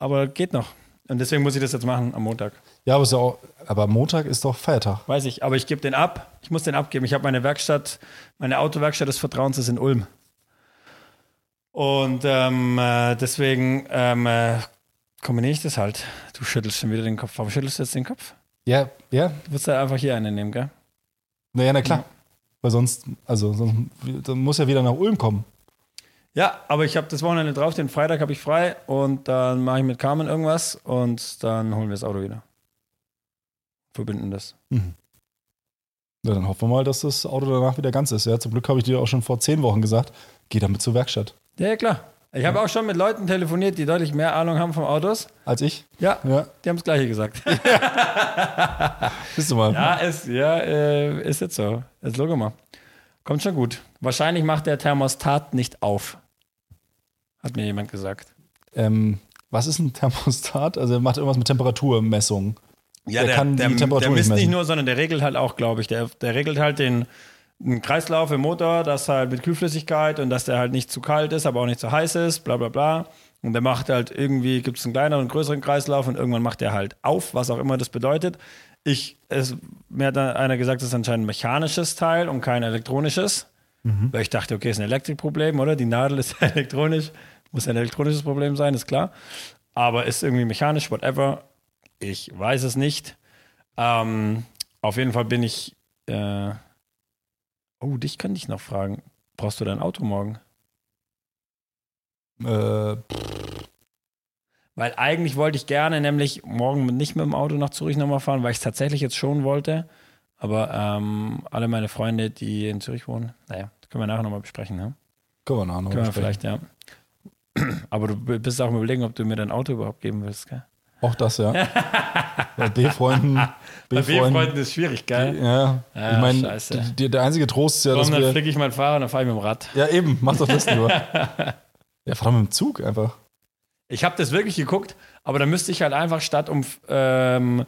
aber geht noch. Und deswegen muss ich das jetzt machen am Montag.
Ja, aber, ist ja auch, aber Montag ist doch Feiertag.
Weiß ich, aber ich gebe den ab. Ich muss den abgeben. Ich habe meine Werkstatt, meine Autowerkstatt des Vertrauens ist in Ulm. Und ähm, äh, deswegen ähm, äh, kombiniere ich das halt. Du schüttelst schon wieder den Kopf. Warum schüttelst du jetzt den Kopf?
Ja, ja.
Du wirst halt einfach hier einen nehmen, gell?
Naja, na klar. Weil sonst, also, sonst dann muss ja wieder nach Ulm kommen.
Ja, aber ich habe das Wochenende drauf. Den Freitag habe ich frei und dann mache ich mit Carmen irgendwas und dann holen wir das Auto wieder. Verbinden das.
Na, dann hoffen wir mal, dass das Auto danach wieder ganz ist. Ja, zum Glück habe ich dir auch schon vor zehn Wochen gesagt, geh damit zur Werkstatt.
Ja, ja, klar. Ich habe auch schon mit Leuten telefoniert, die deutlich mehr Ahnung haben vom Autos.
Als ich.
Ja,
Ja,
die haben das Gleiche gesagt.
bist du mal.
ja, ist, ja äh, ist jetzt so. Jetzt schau mal. Kommt schon gut. Wahrscheinlich macht der Thermostat nicht auf. Hat mir jemand gesagt.
Ähm, was ist ein Thermostat? Also, er macht irgendwas mit Temperaturmessung.
Ja,
Der kann die Temperatur
der
nicht
misst nicht
messen.
nur, sondern der regelt halt auch, glaube ich. Der, der regelt halt den, den Kreislauf im Motor, dass halt mit Kühlflüssigkeit und dass der halt nicht zu kalt ist, aber auch nicht zu heiß ist, bla bla bla. Und der macht halt irgendwie, gibt es einen kleineren und größeren Kreislauf und irgendwann macht der halt auf, was auch immer das bedeutet. Ich, es, mir hat da einer gesagt, das ist anscheinend ein mechanisches Teil und kein elektronisches.
Mhm.
Weil ich dachte, okay, ist ein Elektrikproblem, oder? Die Nadel ist elektronisch, muss ein elektronisches Problem sein, ist klar. Aber ist irgendwie mechanisch, whatever. Ich weiß es nicht. Ähm, auf jeden Fall bin ich. Äh, oh, dich könnte ich noch fragen. Brauchst du dein Auto morgen?
Äh,
Weil eigentlich wollte ich gerne nämlich morgen nicht mit dem Auto nach Zürich nochmal fahren, weil ich es tatsächlich jetzt schon wollte. Aber ähm, alle meine Freunde, die in Zürich wohnen, naja, das können wir nachher nochmal besprechen. Ne?
können wir nachher noch
Können wir
besprechen.
vielleicht, ja. Aber du bist auch im Überlegen, ob du mir dein Auto überhaupt geben willst, gell?
Auch das, ja. Bei B-Freunden. B-Freunden.
ist schwierig,
Ja,
Ja,
ich meine,
scheiße.
die- die- der einzige Trost ist ja, dass
Komm, dann
wir.
flicke ich meinen Fahrer und dann fahre ich mit dem Rad.
Ja, eben, mach doch das lieber. Ja, fahr doch mit dem Zug einfach.
Ich habe das wirklich geguckt, aber da müsste ich halt einfach statt um ähm,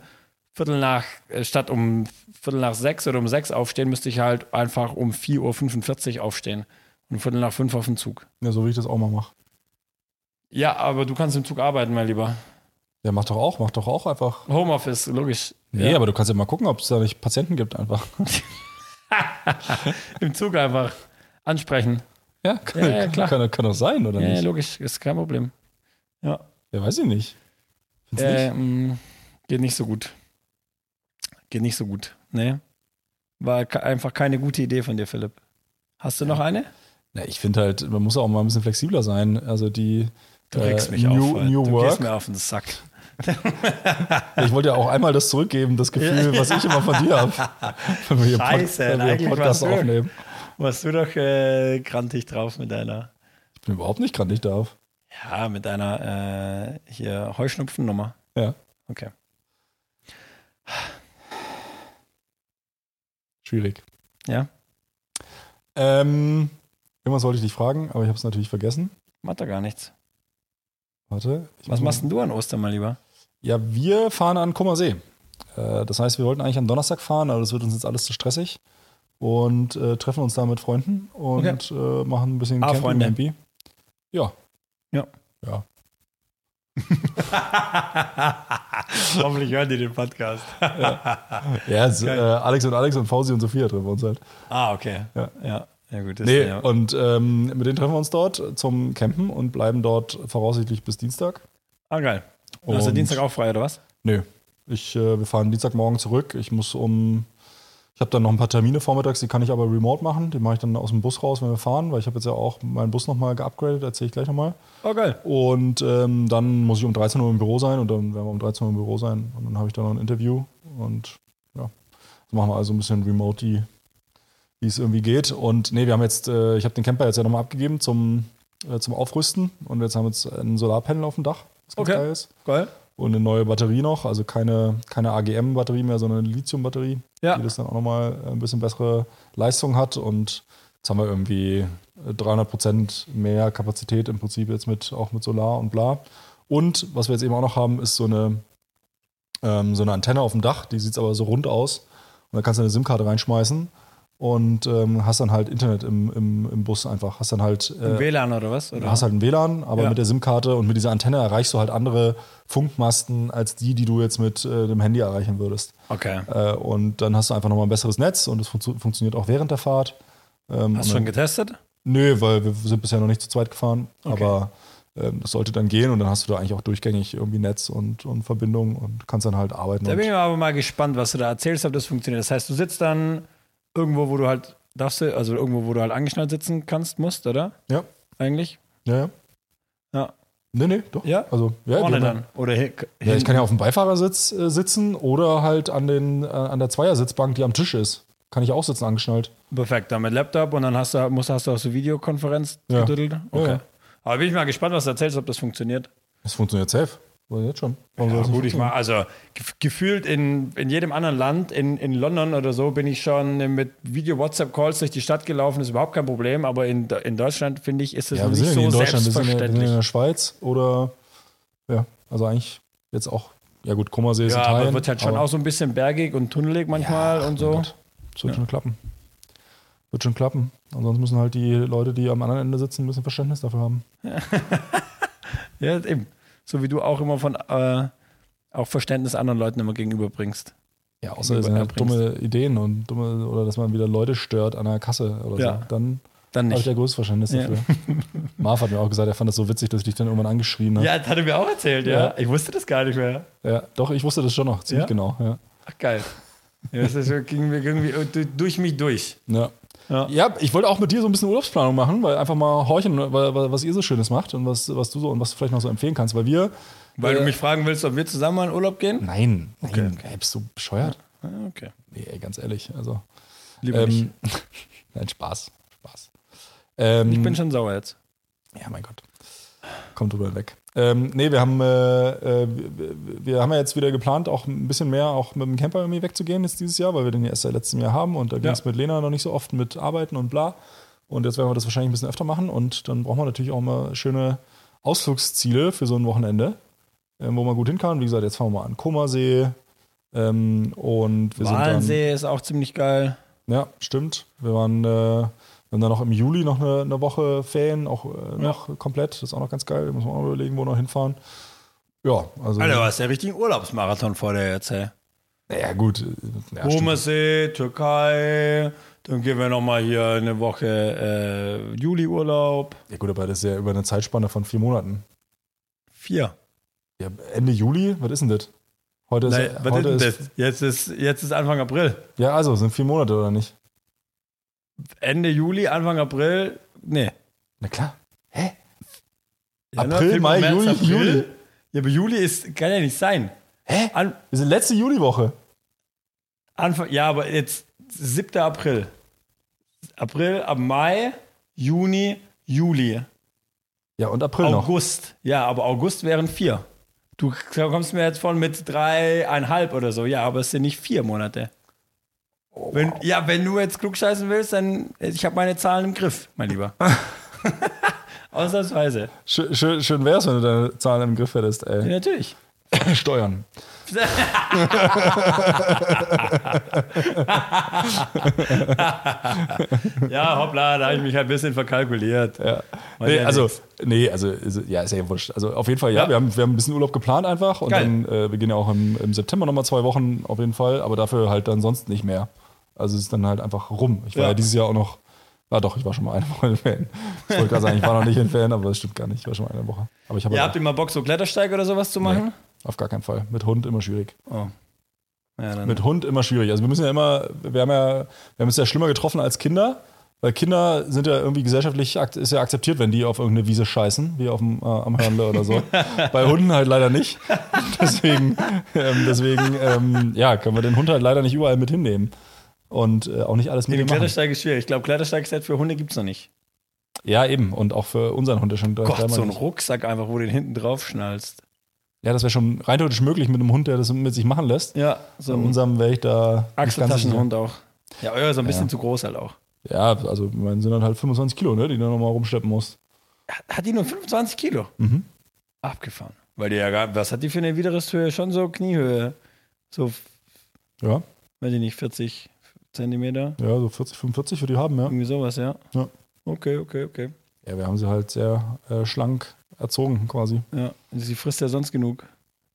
Viertel nach, äh, statt um Viertel nach sechs oder um sechs aufstehen, müsste ich halt einfach um 4.45 Uhr aufstehen und um Viertel nach fünf auf den Zug.
Ja, so wie ich das auch mal mache.
Ja, aber du kannst im Zug arbeiten, mein Lieber.
Ja, mach doch auch, mach doch auch einfach.
Homeoffice, logisch.
Nee,
Ja.
aber du kannst ja mal gucken, ob es da nicht Patienten gibt einfach.
Im Zug einfach ansprechen.
Ja, kann,
Ja, ja, klar.
kann, kann doch sein, oder
Ja, ja,
nicht?
logisch, ist kein Problem. Ja,
Ja, weiß ich nicht. Findest du
äh,
nicht?
mh, geht nicht so gut. Geht nicht so gut. Nee. War ke- einfach keine gute Idee von dir, Philipp. Hast du noch eine?
Na, ich finde halt, man muss auch mal ein bisschen flexibler sein. Also die äh,
Du regst mich
New,
auf. Alter.
New
du gehst
Work.
mir auf den Sack.
Ich wollte ja auch einmal das zurückgeben, das Gefühl, was ich immer von dir habe. Wenn wir hier Pod-
Scheiße,
wenn wir hier
eigentlich warst
Podcast
du-
aufnehmen.
warst du doch äh, grantig drauf mit deiner,
Ich bin überhaupt nicht grantig darf.
ja, mit deiner äh, hier Heuschnupfennummer.
Ja.
Okay.
Schwierig.
Ja.
Ähm, irgendwas wollte ich dich fragen, aber ich habe es natürlich vergessen.
Macht doch gar nichts.
Warte. ich muss
Was
mal-
machst denn du an Ostern, mein Lieber?
Ja, wir fahren an Kummersee. Äh, das heißt, wir wollten eigentlich am Donnerstag fahren, aber das wird uns jetzt alles zu stressig. Und äh, treffen uns da mit Freunden und äh, machen ein bisschen
Ah, Freunde.
Camping. Ja.
Ja.
Ja.
Hoffentlich hören die den Podcast.
Ja, es, äh,
Geil.
Alex und Alex und Fausi und Sophia treffen uns halt.
Ah, okay.
Ja.
ja. Ja, gut. Das
Nee,
ja.
und ähm, mit denen treffen wir uns dort zum Campen und bleiben dort voraussichtlich bis Dienstag.
Ah, geil. Du hast ja
Und-
Dienstag auch frei, oder was?
Nö. Ich, äh, wir fahren Dienstagmorgen zurück. Ich muss um. Ich habe dann noch ein paar Termine vormittags, die kann ich aber remote machen. Die mache ich dann aus dem Bus raus, wenn wir fahren, weil ich habe jetzt ja auch meinen Bus nochmal geupgradet, erzähle ich gleich nochmal.
Oh, geil.
Und ähm, dann muss ich um 13 Uhr im Büro sein und dann werden wir um 13 Uhr im Büro sein und dann habe ich da noch ein Interview und ja, das machen wir also ein bisschen remote, die- wie es irgendwie geht. Und nee, wir haben jetzt, äh, ich habe den Camper jetzt ja nochmal abgegeben zum, äh, zum Aufrüsten und jetzt haben wir jetzt ein Solarpanel auf dem Dach, was ganz
Okay.
geil ist.
Geil.
Und eine neue Batterie noch, also keine, keine AGM-Batterie mehr, sondern eine Lithium-Batterie,
Ja.
die das dann auch nochmal ein bisschen bessere Leistung hat. Und jetzt haben wir irgendwie 300 Prozent mehr Kapazität im Prinzip jetzt mit, auch mit Solar und bla. Und was wir jetzt eben auch noch haben, ist so eine, ähm, so eine Antenne auf dem Dach, die sieht aber so rund aus. Und da kannst du eine SIM-Karte reinschmeißen und ähm, hast dann halt Internet im, im, im Bus einfach. Hast dann halt
Im
äh,
WLAN oder was? Oder?
Du hast halt ein WLAN, aber
Ja.
mit der SIM-Karte und mit dieser Antenne erreichst du halt andere Funkmasten als die, die du jetzt mit äh, dem Handy erreichen würdest.
okay.
Äh, und dann hast du einfach nochmal ein besseres Netz und es funktio- funktioniert auch während der Fahrt.
Hast du
Ähm, und
schon
dann,
getestet?
nö, weil wir sind bisher noch nicht zu zweit gefahren, aber ähm, das sollte dann gehen und dann hast du da eigentlich auch durchgängig irgendwie Netz und, und Verbindung und kannst dann halt arbeiten.
Da
und
bin ich aber mal gespannt, was du da erzählst, ob das funktioniert. Das heißt, du sitzt dann irgendwo, wo du halt, darfst du, also irgendwo, wo du halt angeschnallt sitzen kannst, musst, oder?
Ja.
Eigentlich?
ja, ja.
Ja.
Nee, nee, ne? doch.
Ja?
Also, ja, die
Vorne
haben-
dann. Oder hin,
Ja, ich kann ja auf dem Beifahrersitz äh, sitzen oder halt an, den, äh, an der Zweiersitzbank, die am Tisch ist. Kann ich auch sitzen, angeschnallt.
Perfekt, dann mit Laptop und dann hast du, musst, hast du auch so Videokonferenz
Ja.
gedüttelt. Okay.
ja.
Aber bin ich mal gespannt, was du erzählst, ob das funktioniert.
Das funktioniert safe. War jetzt schon. Warum soll
Ja,
das nicht
gut, ich
funktionieren?
mal, also gef- gefühlt in, in jedem anderen Land, in, in London oder so, bin ich schon mit Video-WhatsApp-Calls durch die Stadt gelaufen, ist überhaupt kein Problem, aber in, in Deutschland, finde ich, ist das
Ja, wir
nicht
sind ja nicht
so
in Deutschland, wir sind, ja, wir sind ja in
selbstverständlich.
der Schweiz oder ja, also eigentlich jetzt auch, ja gut, Kummersee ist
Ja,
Italien.
aber wird halt schon
aber-
auch so ein bisschen bergig und tunnelig manchmal
Ach,
und
mein
so.
Gott. Das wird schon klappen. Wird schon klappen. Ansonsten müssen halt die Leute, die am anderen Ende sitzen, ein bisschen Verständnis dafür haben.
Ja, eben. So wie du auch immer von äh, auch Verständnis anderen Leuten immer gegenüberbringst.
Ja, außer es sind halt
Überbringst.
dumme Ideen und dumme, oder dass man wieder Leute stört an der Kasse oder
Ja.
so. Dann
Dann
Habe ich
nicht.
ja größtes Verständnis
Ja.
dafür. Marv hat mir auch gesagt, er fand das so witzig, dass ich dich dann irgendwann angeschrien habe.
Ja, das hat er mir auch erzählt, ja.
Ja.
Ich wusste das gar nicht mehr.
Ja. doch, ich wusste das schon noch, ziemlich
Ja?
genau. Ja.
Ach, geil. Ja, das ist, so- ging mir irgendwie äh, durch mich durch.
Ja.
Ja.
Ja. ich wollte auch mit dir so ein bisschen Urlaubsplanung machen, weil einfach mal horchen, weil, weil- was ihr so Schönes macht und was, was du so und was du vielleicht noch so empfehlen kannst. Weil wir.
Weil
äh,
du mich fragen willst, ob wir zusammen mal in Urlaub gehen?
Nein, nein, ey, bist du bescheuert?
Ah, Okay.
Nee, ey, ganz ehrlich. Also,
Lieber nicht.
ähm, nein, Spaß. Spaß. Ähm,
Ich bin schon sauer jetzt.
Ja, mein Gott. Kommt drüber hinweg. Ähm, nee, wir haben, äh, äh, wir, wir haben ja jetzt wieder geplant, auch ein bisschen mehr auch mit dem Camper irgendwie wegzugehen jetzt dieses Jahr, weil wir den ja erst seit letztem Jahr haben und da ging es mit Lena noch nicht so oft mit Arbeiten und bla. Und jetzt werden wir das wahrscheinlich ein bisschen öfter machen und dann brauchen wir natürlich auch mal schöne Ausflugsziele für so ein Wochenende, ähm, wo man gut hin kann. Wie gesagt, jetzt fahren wir mal an Komasee ähm, und wir sind
Walensee ist auch ziemlich geil.
dann, ja, stimmt. Wir waren äh, wir haben dann noch im Juli noch eine, eine Woche Ferien, auch äh, noch komplett. Das ist auch noch ganz geil. Da muss man auch überlegen, wo noch hinfahren. Ja, also.
Alter, du hast ja richtigen Urlaubsmarathon vor dir jetzt, hey.
Ja, gut. äh, Ja, stimmt.
Homersee, Türkei, dann gehen wir nochmal hier eine Woche äh, Juli-Urlaub.
ja, gut, aber das ist ja über eine Zeitspanne von vier Monaten.
Vier.
Ja, Ende Juli, was ist denn das? Heute ist,
Nein, was
heute
ist denn das? Jetzt ist, jetzt ist Anfang April.
Ja, also sind vier Monate oder nicht?
Ende Juli, Anfang April, nee.
Na klar. Hä?
Januar,
April,
Februar,
Mai,
März,
Juli,
April.
Juli.
Ja, aber Juli ist, kann ja nicht sein.
Hä?
An,
Wir sind letzte Juliwoche.
Anfang, ja, aber jetzt 7. April. April, ab Mai, Juni, Juli,
Ja, und April noch.
August. Ja, aber August wären vier. Du kommst mir jetzt von mit dreieinhalb oder so. Ja, aber es sind nicht vier Monate. wenn, ja, wenn du jetzt klugscheißen willst, dann ich habe meine Zahlen im Griff, mein Lieber. Ausnahmsweise.
Schön, schön, schön wär's, wenn du deine Zahlen im Griff hättest,
Ja,
ey.
natürlich.
Steuern.
Ja, hoppla, da habe ich mich halt ein bisschen verkalkuliert.
Ja.
Weiß
Nee,
ja
also,
nix.
nee, also, ist- ja, ist ja wurscht. Also, auf jeden Fall, ja,
Ja.
Wir, haben, wir haben ein bisschen Urlaub geplant einfach. Und
Geil.
dann, äh, wir gehen ja auch im, im September nochmal zwei Wochen auf jeden Fall, aber dafür halt dann sonst nicht mehr. Also, es ist dann halt einfach rum. Ich war ja,
Ja.
dieses Jahr auch noch, ah doch, ich war schon mal eine Woche in Ferien. Ich wollte gerade sagen, ich war noch nicht in Ferien, aber das stimmt gar nicht. Ich war schon mal eine Woche. Aber ich habe
Ja,
ja,
habt ihr mal Bock, so Klettersteig oder sowas zu machen?
auf gar keinen Fall. Mit Hund immer schwierig.
Oh. Ja, dann.
Mit Hund immer schwierig. Also wir müssen ja immer, wir haben ja, wir haben es ja schlimmer getroffen als Kinder, weil Kinder sind ja irgendwie gesellschaftlich, ak- ist ja akzeptiert, wenn die auf irgendeine Wiese scheißen, wie auf dem, äh, am Hörnle oder so. Bei Hunden halt leider nicht. Deswegen, ähm, deswegen ähm, ja, können wir den Hund halt leider nicht überall mit hinnehmen. Und äh, auch nicht alles mit
Nee,
ihm machen.
Klettersteig ist schwierig. Ich glaube, Klettersteig-Set für Hunde gibt es noch nicht.
Ja, eben. Und auch für unseren Hund ist schon dreimal
Gott, so ein
nicht.
Rucksack einfach, wo du den hinten drauf schnallst.
Ja, das wäre schon rein theoretisch möglich mit einem Hund, der das mit sich machen lässt.
Ja, so
Bei
ein
unserem wäre ich da nicht ganz sicher.
Achseltaschenhund auch. Ja, euer ist ein bisschen zu groß halt auch.
Ja, also man sind dann halt 25 Kilo, ne, die du nochmal rumschleppen musst.
Hat die nur 25 Kilo?
Mhm.
Abgefahren. Weil die ja gar, was hat die für eine Widerrisshöhe? Schon so Kniehöhe. So,
Ja,
weiß ich nicht, 40 Zentimeter.
ja, so 40, 45 würde die haben, ja.
Irgendwie sowas, ja.
Ja.
Okay, okay, okay.
Ja, wir haben sie halt sehr äh, schlank erzogen quasi.
Ja, sie frisst ja sonst genug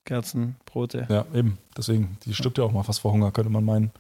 Kerzen, Brote.
Ja, eben. Deswegen, die stirbt ja auch mal fast vor Hunger, könnte man meinen.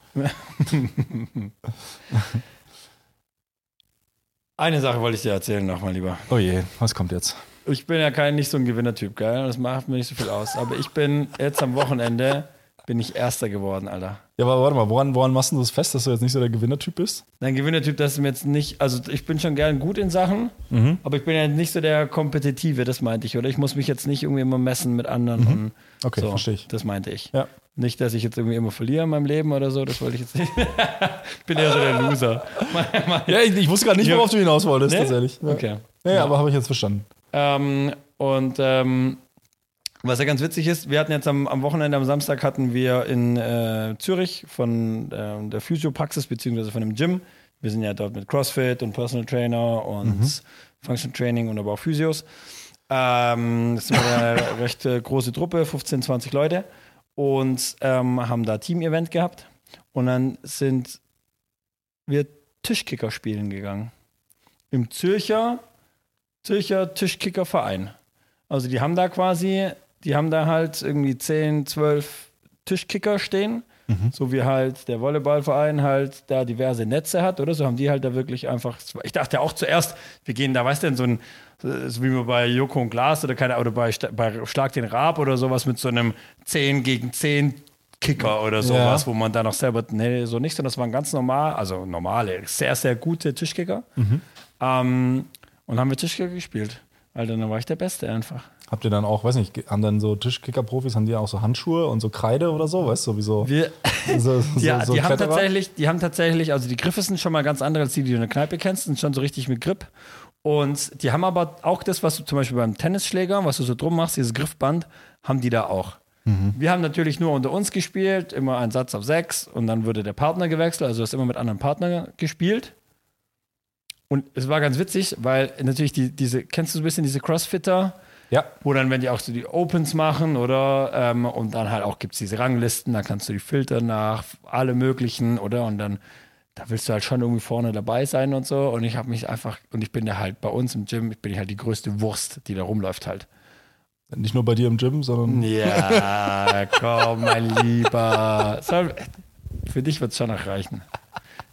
Eine Sache wollte ich dir erzählen noch, mein Lieber.
Oh je, was kommt jetzt?
Ich bin ja kein, nicht so ein Gewinnertyp, geil. Das macht mir nicht so viel aus. Aber ich bin jetzt am Wochenende, bin ich Erster geworden, Alter.
Ja, aber warte mal, woran, woran machst du das fest, dass du jetzt nicht so der Gewinnertyp bist?
Ein Gewinnertyp, das ist mir jetzt nicht, also ich bin schon gern gut in Sachen,
Mhm.
aber ich bin ja nicht so der Kompetitive, das meinte ich, oder? Ich muss mich jetzt nicht irgendwie immer messen mit anderen. Und
Mhm. Okay,
so,
verstehe ich.
Das meinte ich.
Ja.
Nicht, dass ich jetzt irgendwie immer verliere in meinem Leben oder so, das wollte ich jetzt nicht. ich bin eher so der Loser.
Ja, ich, ich wusste gerade nicht,
Ja.
worauf du hinaus wolltest,
Nee?
tatsächlich. Ja.
Okay.
Ja, ja, aber habe ich jetzt verstanden.
Ähm, und ähm, was ja ganz witzig ist, wir hatten jetzt am, am Wochenende, am Samstag hatten wir in äh, Zürich von ähm, der Physiopraxis beziehungsweise von dem Gym. Wir sind ja dort mit CrossFit und Personal Trainer und Function Training und aber auch Physios. Ähm, das sind wir eine recht äh, große Truppe, 15, 20 Leute und ähm, haben da Team-Event gehabt. Und dann sind wir Tischkicker spielen gegangen. Im Zürcher Zürcher Tischkickerverein. Also die haben da quasi, die haben da halt irgendwie 10, 12 Tischkicker stehen, so wie halt der Volleyballverein halt da diverse Netze hat, oder? So haben die halt da wirklich einfach, ich dachte auch zuerst, wir gehen da, weißt du, in so ein, so wie man bei Joko und Glas oder keine, oder bei, Sta- bei Schlag den Raab oder sowas mit so einem 10 gegen 10 Kicker oder sowas, wo man da noch selber, nee, so nicht, sondern das waren ganz normal, also normale, sehr, sehr gute Tischkicker. Ähm, und haben wir Tischkicker gespielt. Alter, dann war ich der Beste einfach.
Habt ihr dann auch, weiß nicht, ge- haben dann so Tischkicker-Profis, haben die auch so Handschuhe und so Kreide oder so, weißt du, sowieso.
Wir,
so, so,
ja, die haben
Kletterer?
tatsächlich, die haben tatsächlich, also die Griffe sind schon mal ganz andere als die, die du in der Kneipe kennst, sind schon so richtig mit Grip. Und die haben aber auch das, was du zum Beispiel beim Tennisschläger, was du so drum machst, dieses Griffband, haben die da auch.
Mhm.
Wir haben natürlich nur unter uns gespielt, immer einen Satz auf sechs und dann wurde der Partner gewechselt, also du hast immer mit anderen Partnern gespielt. Und es war ganz witzig, weil natürlich die, diese, kennst du so ein bisschen diese Crossfitter,
Ja,
wo dann, wenn die auch so die Opens machen oder ähm, und dann halt auch gibt es diese Ranglisten, dann kannst du die filtern nach alle möglichen oder und dann da willst du halt schon irgendwie vorne dabei sein und so und ich habe mich einfach und ich bin da halt bei uns im Gym, ich bin halt die größte Wurst, die da rumläuft halt.
nicht nur bei dir im Gym, sondern
Ja, komm, mein Lieber. Soll, für dich wird es schon noch reichen.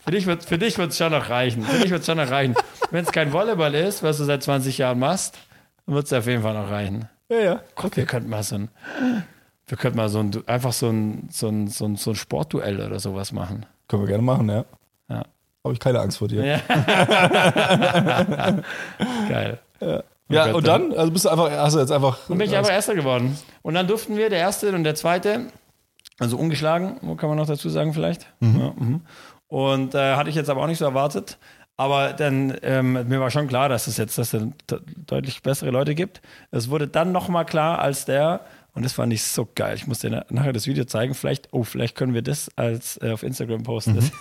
Für dich wird für dich wird's schon noch reichen. Für dich wird es schon noch reichen. Wenn es kein Volleyball ist, was du seit 20 Jahren machst, dann wird es auf jeden Fall noch reichen.
ja, ja.
Gott, wir könnten mal so ein, wir könnten mal so ein, einfach so ein, so ein, so ein, so ein Sportduell oder sowas machen.
Können wir gerne machen, ja.
Ja.
Habe ich keine Angst vor dir.
Ja. Geil.
Ja,
Gott,
und dann? Also bist du einfach, hast du jetzt einfach.
Dann bin ich aber Erster geworden. Und dann durften wir, der Erste und der Zweite, also ungeschlagen, kann man noch dazu sagen vielleicht. Ja, mhm. und äh, hatte ich jetzt aber auch nicht so erwartet. Aber dann, ähm, mir war schon klar, dass es jetzt dass es de- deutlich bessere Leute gibt. Es wurde dann nochmal klar als der, und das fand ich so geil. Ich muss dir na- nachher das Video zeigen. Vielleicht, oh, vielleicht können wir das als äh, auf Instagram posten. Das,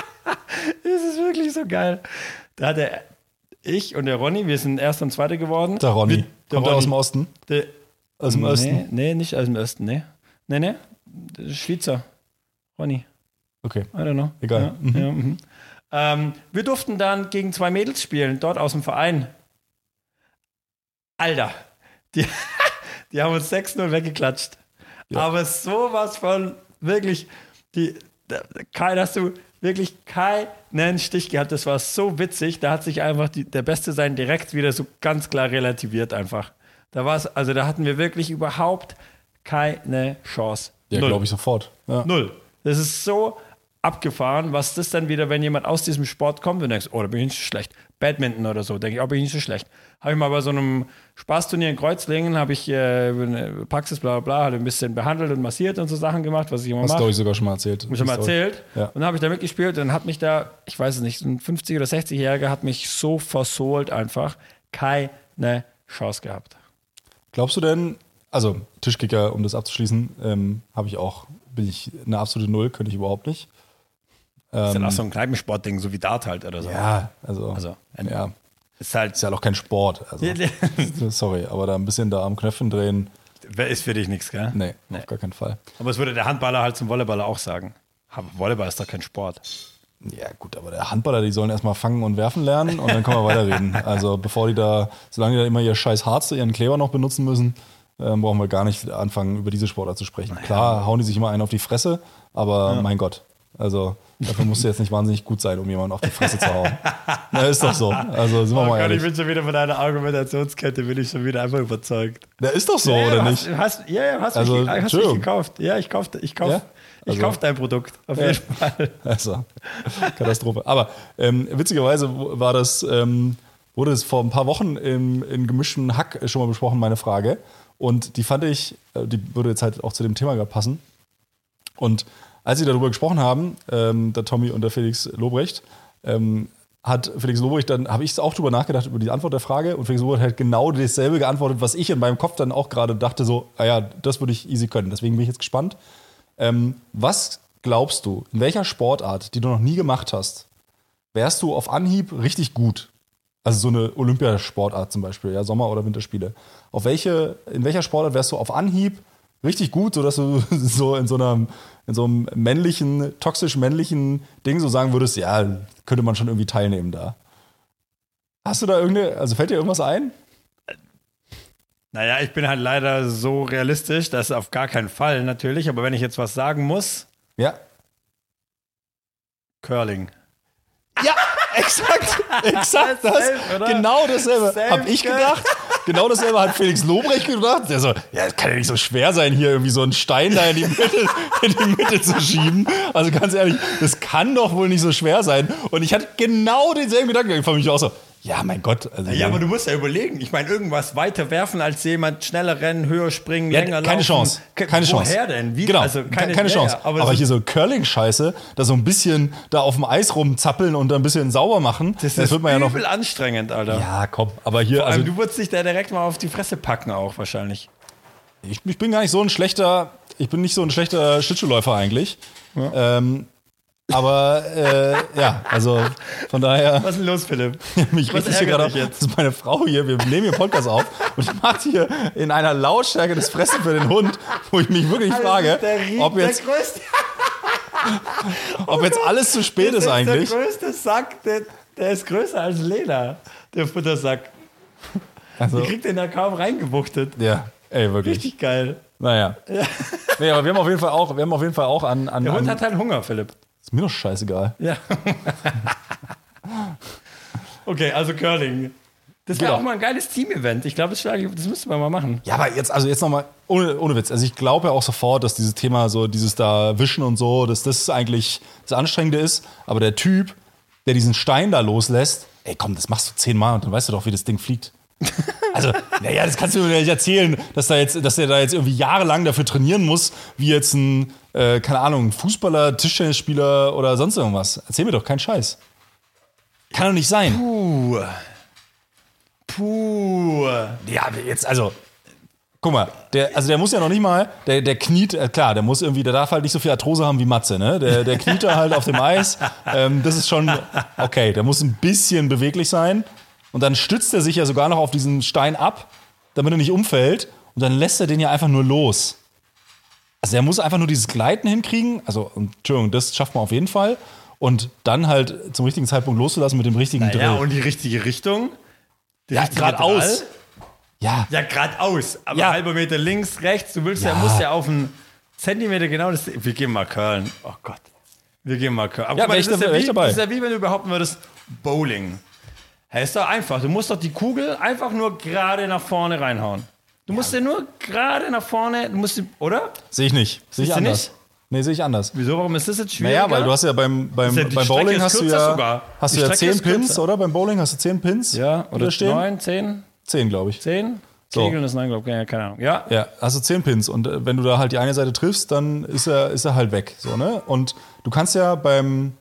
das ist wirklich so geil. Da hat der, ich und der Ronny, wir sind erster und zweiter geworden.
Der Ronny.
Wir, der
Kommt er
Ronny.
aus dem Osten?
der,
Aus dem
Nee,
Osten.
nee, nicht aus dem Osten, nee. Nee, nee. Das ist Schweizer. Ronny.
Okay.
I don't know.
Egal.
Ja, ja, mhm. ähm, wir durften dann gegen zwei Mädels spielen, dort aus dem Verein. Alter, die, die haben uns 6-0 weggeklatscht. Aber sowas von wirklich, die, da, da- kein, hast du wirklich keinen Stich gehabt. Das war so witzig. Da hat sich einfach die, der Beste sein direkt wieder so ganz klar relativiert einfach. Da war es, also da hatten wir wirklich überhaupt keine Chance.
Ja,
Null.
glaube ich sofort. Ja.
Null. Das ist so abgefahren, was das dann wieder, wenn jemand aus diesem Sport kommt und denkst, oh, da bin ich nicht so schlecht. Badminton oder so, denke ich, oh, bin ich nicht so schlecht. Habe ich mal bei so einem Spaßturnier in Kreuzlingen, habe ich äh, eine Praxis, bla bla bla, halt ein bisschen behandelt und massiert und so Sachen gemacht, was ich immer
Hast du,
mache.
glaube ich, sogar schon mal erzählt.
Hab ich schon mal erzählt.
Ja.
Und dann habe ich da mitgespielt und hat mich da, ich weiß es nicht, so ein 50- oder 60-Jähriger hat mich so versohlt einfach. Keine Chance gehabt.
Glaubst du denn, also Tischkicker, um das abzuschließen, ähm, habe ich auch, bin ich eine absolute Null, könnte ich überhaupt nicht.
ist dann auch so ein Kneipensportding, so wie Dart halt oder so.
Ähm. Ja, also,
Also, ein-
ja,
Ist halt
ist ja halt auch kein Sport. Also, sorry, aber da ein bisschen da am Knöpfen drehen,
Ist für dich nichts, gell?
nee,
Nee.
auf gar keinen Fall.
Aber es würde der Handballer halt zum Volleyballer auch sagen. Aber Volleyball ist doch kein Sport.
Ja gut, aber der Handballer, die sollen erstmal fangen und werfen lernen und dann können wir weiterreden. Also bevor die da, solange die da immer ihr scheiß Harz, ihren Kleber noch benutzen müssen, ähm, brauchen wir gar nicht anfangen, über diese Sportart zu sprechen. Klar, hauen die sich immer einen auf die Fresse, aber mein Gott. Also dafür musst du jetzt nicht wahnsinnig gut sein, um jemanden auf die Fresse zu hauen. Na, ist doch so. Also
Oh
sind wir mal ehrlich.
bin schon wieder von deiner Argumentationskette, bin ich schon wieder einfach überzeugt.
Na, ist doch so,
ja,
oder
hast,
nicht?
Hast, ja, ja, hast,
Also,
mich, hast mich
Entschuldigung.
gekauft. Ja, ich kauf, ich kauf,
Ja?
ich
Also-
kauf dein Produkt. Auf
Ja.
jeden Fall.
Also, Katastrophe. Aber ähm, witzigerweise wo- war das, ähm, wurde es vor ein paar Wochen im, in gemischtem Hack schon mal besprochen, meine Frage. Und die fand ich, äh, die würde jetzt halt auch zu dem Thema gerade passen. Und als sie darüber gesprochen haben, ähm, der Tommy und der Felix Lobrecht, ähm, hat Felix Lobrecht dann, habe ich auch drüber nachgedacht, über die Antwort der Frage. Und Felix Lobrecht hat genau dasselbe geantwortet, was ich in meinem Kopf dann auch gerade dachte, so, ah ja, das würde ich easy können. Deswegen bin ich jetzt gespannt. Ähm, was glaubst du, in welcher Sportart, die du noch nie gemacht hast, wärst du auf Anhieb richtig gut? Also so eine Olympiasportart zum Beispiel, ja, Sommer- oder Winterspiele. Auf welche, in welcher Sportart wärst du auf Anhieb richtig gut, sodass du so in so einem, in so einem männlichen, toxisch-männlichen Ding so sagen würdest, ja, könnte man schon irgendwie teilnehmen da. Hast du da irgendeine, also fällt dir irgendwas ein?
Naja, ich bin halt leider so realistisch, dass auf gar keinen Fall natürlich, aber wenn ich jetzt was sagen muss,
Ja.
Curling.
Ja, exakt, exakt das.
Safe, oder?
Genau dasselbe
Safe,
habe ich
gell?
gedacht. Genau dasselbe hat Felix Lobrecht gedacht. Der so, ja, es kann ja nicht so schwer sein, hier irgendwie so einen Stein da in die Mitte, in die Mitte zu schieben. Also ganz ehrlich, das kann doch wohl nicht so schwer sein. Und ich hatte genau denselben Gedanken. Ich fand mich auch so, ja, mein Gott. Also,
Ja, aber du musst ja überlegen. Ich meine, irgendwas weiter werfen als jemand, schneller rennen, höher springen,
Ja,
länger
keine
laufen.
Chance.
Ke-
Keine Chance.
Woher denn? Wie?
Genau.
Also
keine, keine
ja,
Chance.
ja,
aber
so-
hier so Curling-Scheiße, da so ein bisschen da auf dem Eis rumzappeln und da ein bisschen sauber machen, das,
Das, ist
wird man ja noch.
übel anstrengend, Alter.
Ja, komm, aber hier,
Also,
also
du würdest dich da direkt mal auf die Fresse packen, auch wahrscheinlich.
Ich, ich bin gar nicht so ein schlechter, ich bin nicht so ein schlechter Schlittschuhläufer eigentlich. Ähm, aber äh, ja, also von daher,
Was ist denn los, Philipp?
mich
was
richtig hier
ärgert
gerade
dich
auf.
jetzt?
Das ist meine Frau hier, wir nehmen hier Podcast auf und macht hier in einer Lautstärke das Fressen für den Hund, wo ich mich wirklich frage, ob jetzt,
größte,
ob jetzt alles zu spät ist eigentlich.
der größte Sack, der, der ist größer als Lena, der Futtersack.
Also,
Die kriegt den da kaum reingebuchtet.
ja, ey, wirklich.
Richtig geil.
Naja. Nee, aber wir haben auf jeden Fall auch, wir haben auf jeden Fall auch an, an,
Der Hund
an
hat halt Hunger, Philipp.
ist mir doch scheißegal.
Ja. okay, also Curling. Das wäre
Genau.
auch mal ein geiles Team-Event. Ich glaube, das, schlage ich- das müssten wir mal machen.
Ja, aber jetzt, also jetzt nochmal, ohne, ohne Witz. Also ich glaube ja auch sofort, dass dieses Thema so, dieses da Wischen und so, dass das eigentlich das Anstrengende ist. Aber der Typ, der diesen Stein da loslässt, ey komm, das machst du zehnmal und dann weißt du doch, wie das Ding fliegt. Also, naja, das kannst du mir nicht erzählen, dass, da jetzt, dass der da jetzt irgendwie jahrelang dafür trainieren muss, wie jetzt ein, äh, keine Ahnung, Fußballer, Tischtennisspieler oder sonst irgendwas. Erzähl mir doch keinen Scheiß. Kann doch nicht sein.
Puh. Puh.
Ja, jetzt, also. Guck mal, der, also der muss ja noch nicht mal, der, der kniet, äh, klar, der muss irgendwie, der darf halt nicht so viel Arthrose haben wie Matze, ne? Der, der kniet da halt auf dem Eis. Ähm, das ist schon, okay, der muss ein bisschen beweglich sein. Und dann stützt er sich ja sogar noch auf diesen Stein ab, damit er nicht umfällt. Und dann lässt er den ja einfach nur los. Also er muss einfach nur dieses Gleiten hinkriegen. Also, Entschuldigung, das schafft man auf jeden Fall. Und dann halt zum richtigen Zeitpunkt loszulassen mit dem richtigen
Ja,
Drill.
und die richtige Richtung? Die
Ja,
richtige
geradeaus.
Drall?
Ja,
Ja, geradeaus. Aber
Ja.
halber Meter links, rechts. Du willst ja,
Ja.
musst ja auf einen Zentimeter genau das. Wir gehen mal curlen. Oh Gott. Wir gehen mal curlen. Aber
Ja,
guck mal,
wär
das,
ich
ist
dabei-
ja
wär
wie,
ich dabei.
das ist ja wie wenn du behaupten würdest, Bowling. Hey, ist doch einfach. Du musst doch die Kugel einfach nur gerade nach vorne reinhauen. Du musst ja nur gerade nach vorne, du musst, die- oder?
sehe ich nicht. Sehe ich
Siehst du
anders.
nicht?
Nee, sehe ich anders.
Wieso, warum ist das jetzt schwierig?
Naja, weil du hast ja beim, beim,
ja- die
beim
Strecke
Bowling
ist
hast du
kürzer
ja,
sogar.
hast
Die
du ja
Strecke
10
ist
Pins,
kürzer.
oder? Beim Bowling hast du 10 Pins.
Ja,
oder
oder
stehen?
9, 10,
10, glaube ich.
10?
So.
Kegeln ist nein, glaube ich, keine Ahnung. Ja,
Ja, hast du 10 Pins und äh, wenn du da halt die eine Seite triffst, dann ist er, ist er halt weg. So, ne? Und du kannst ja beim,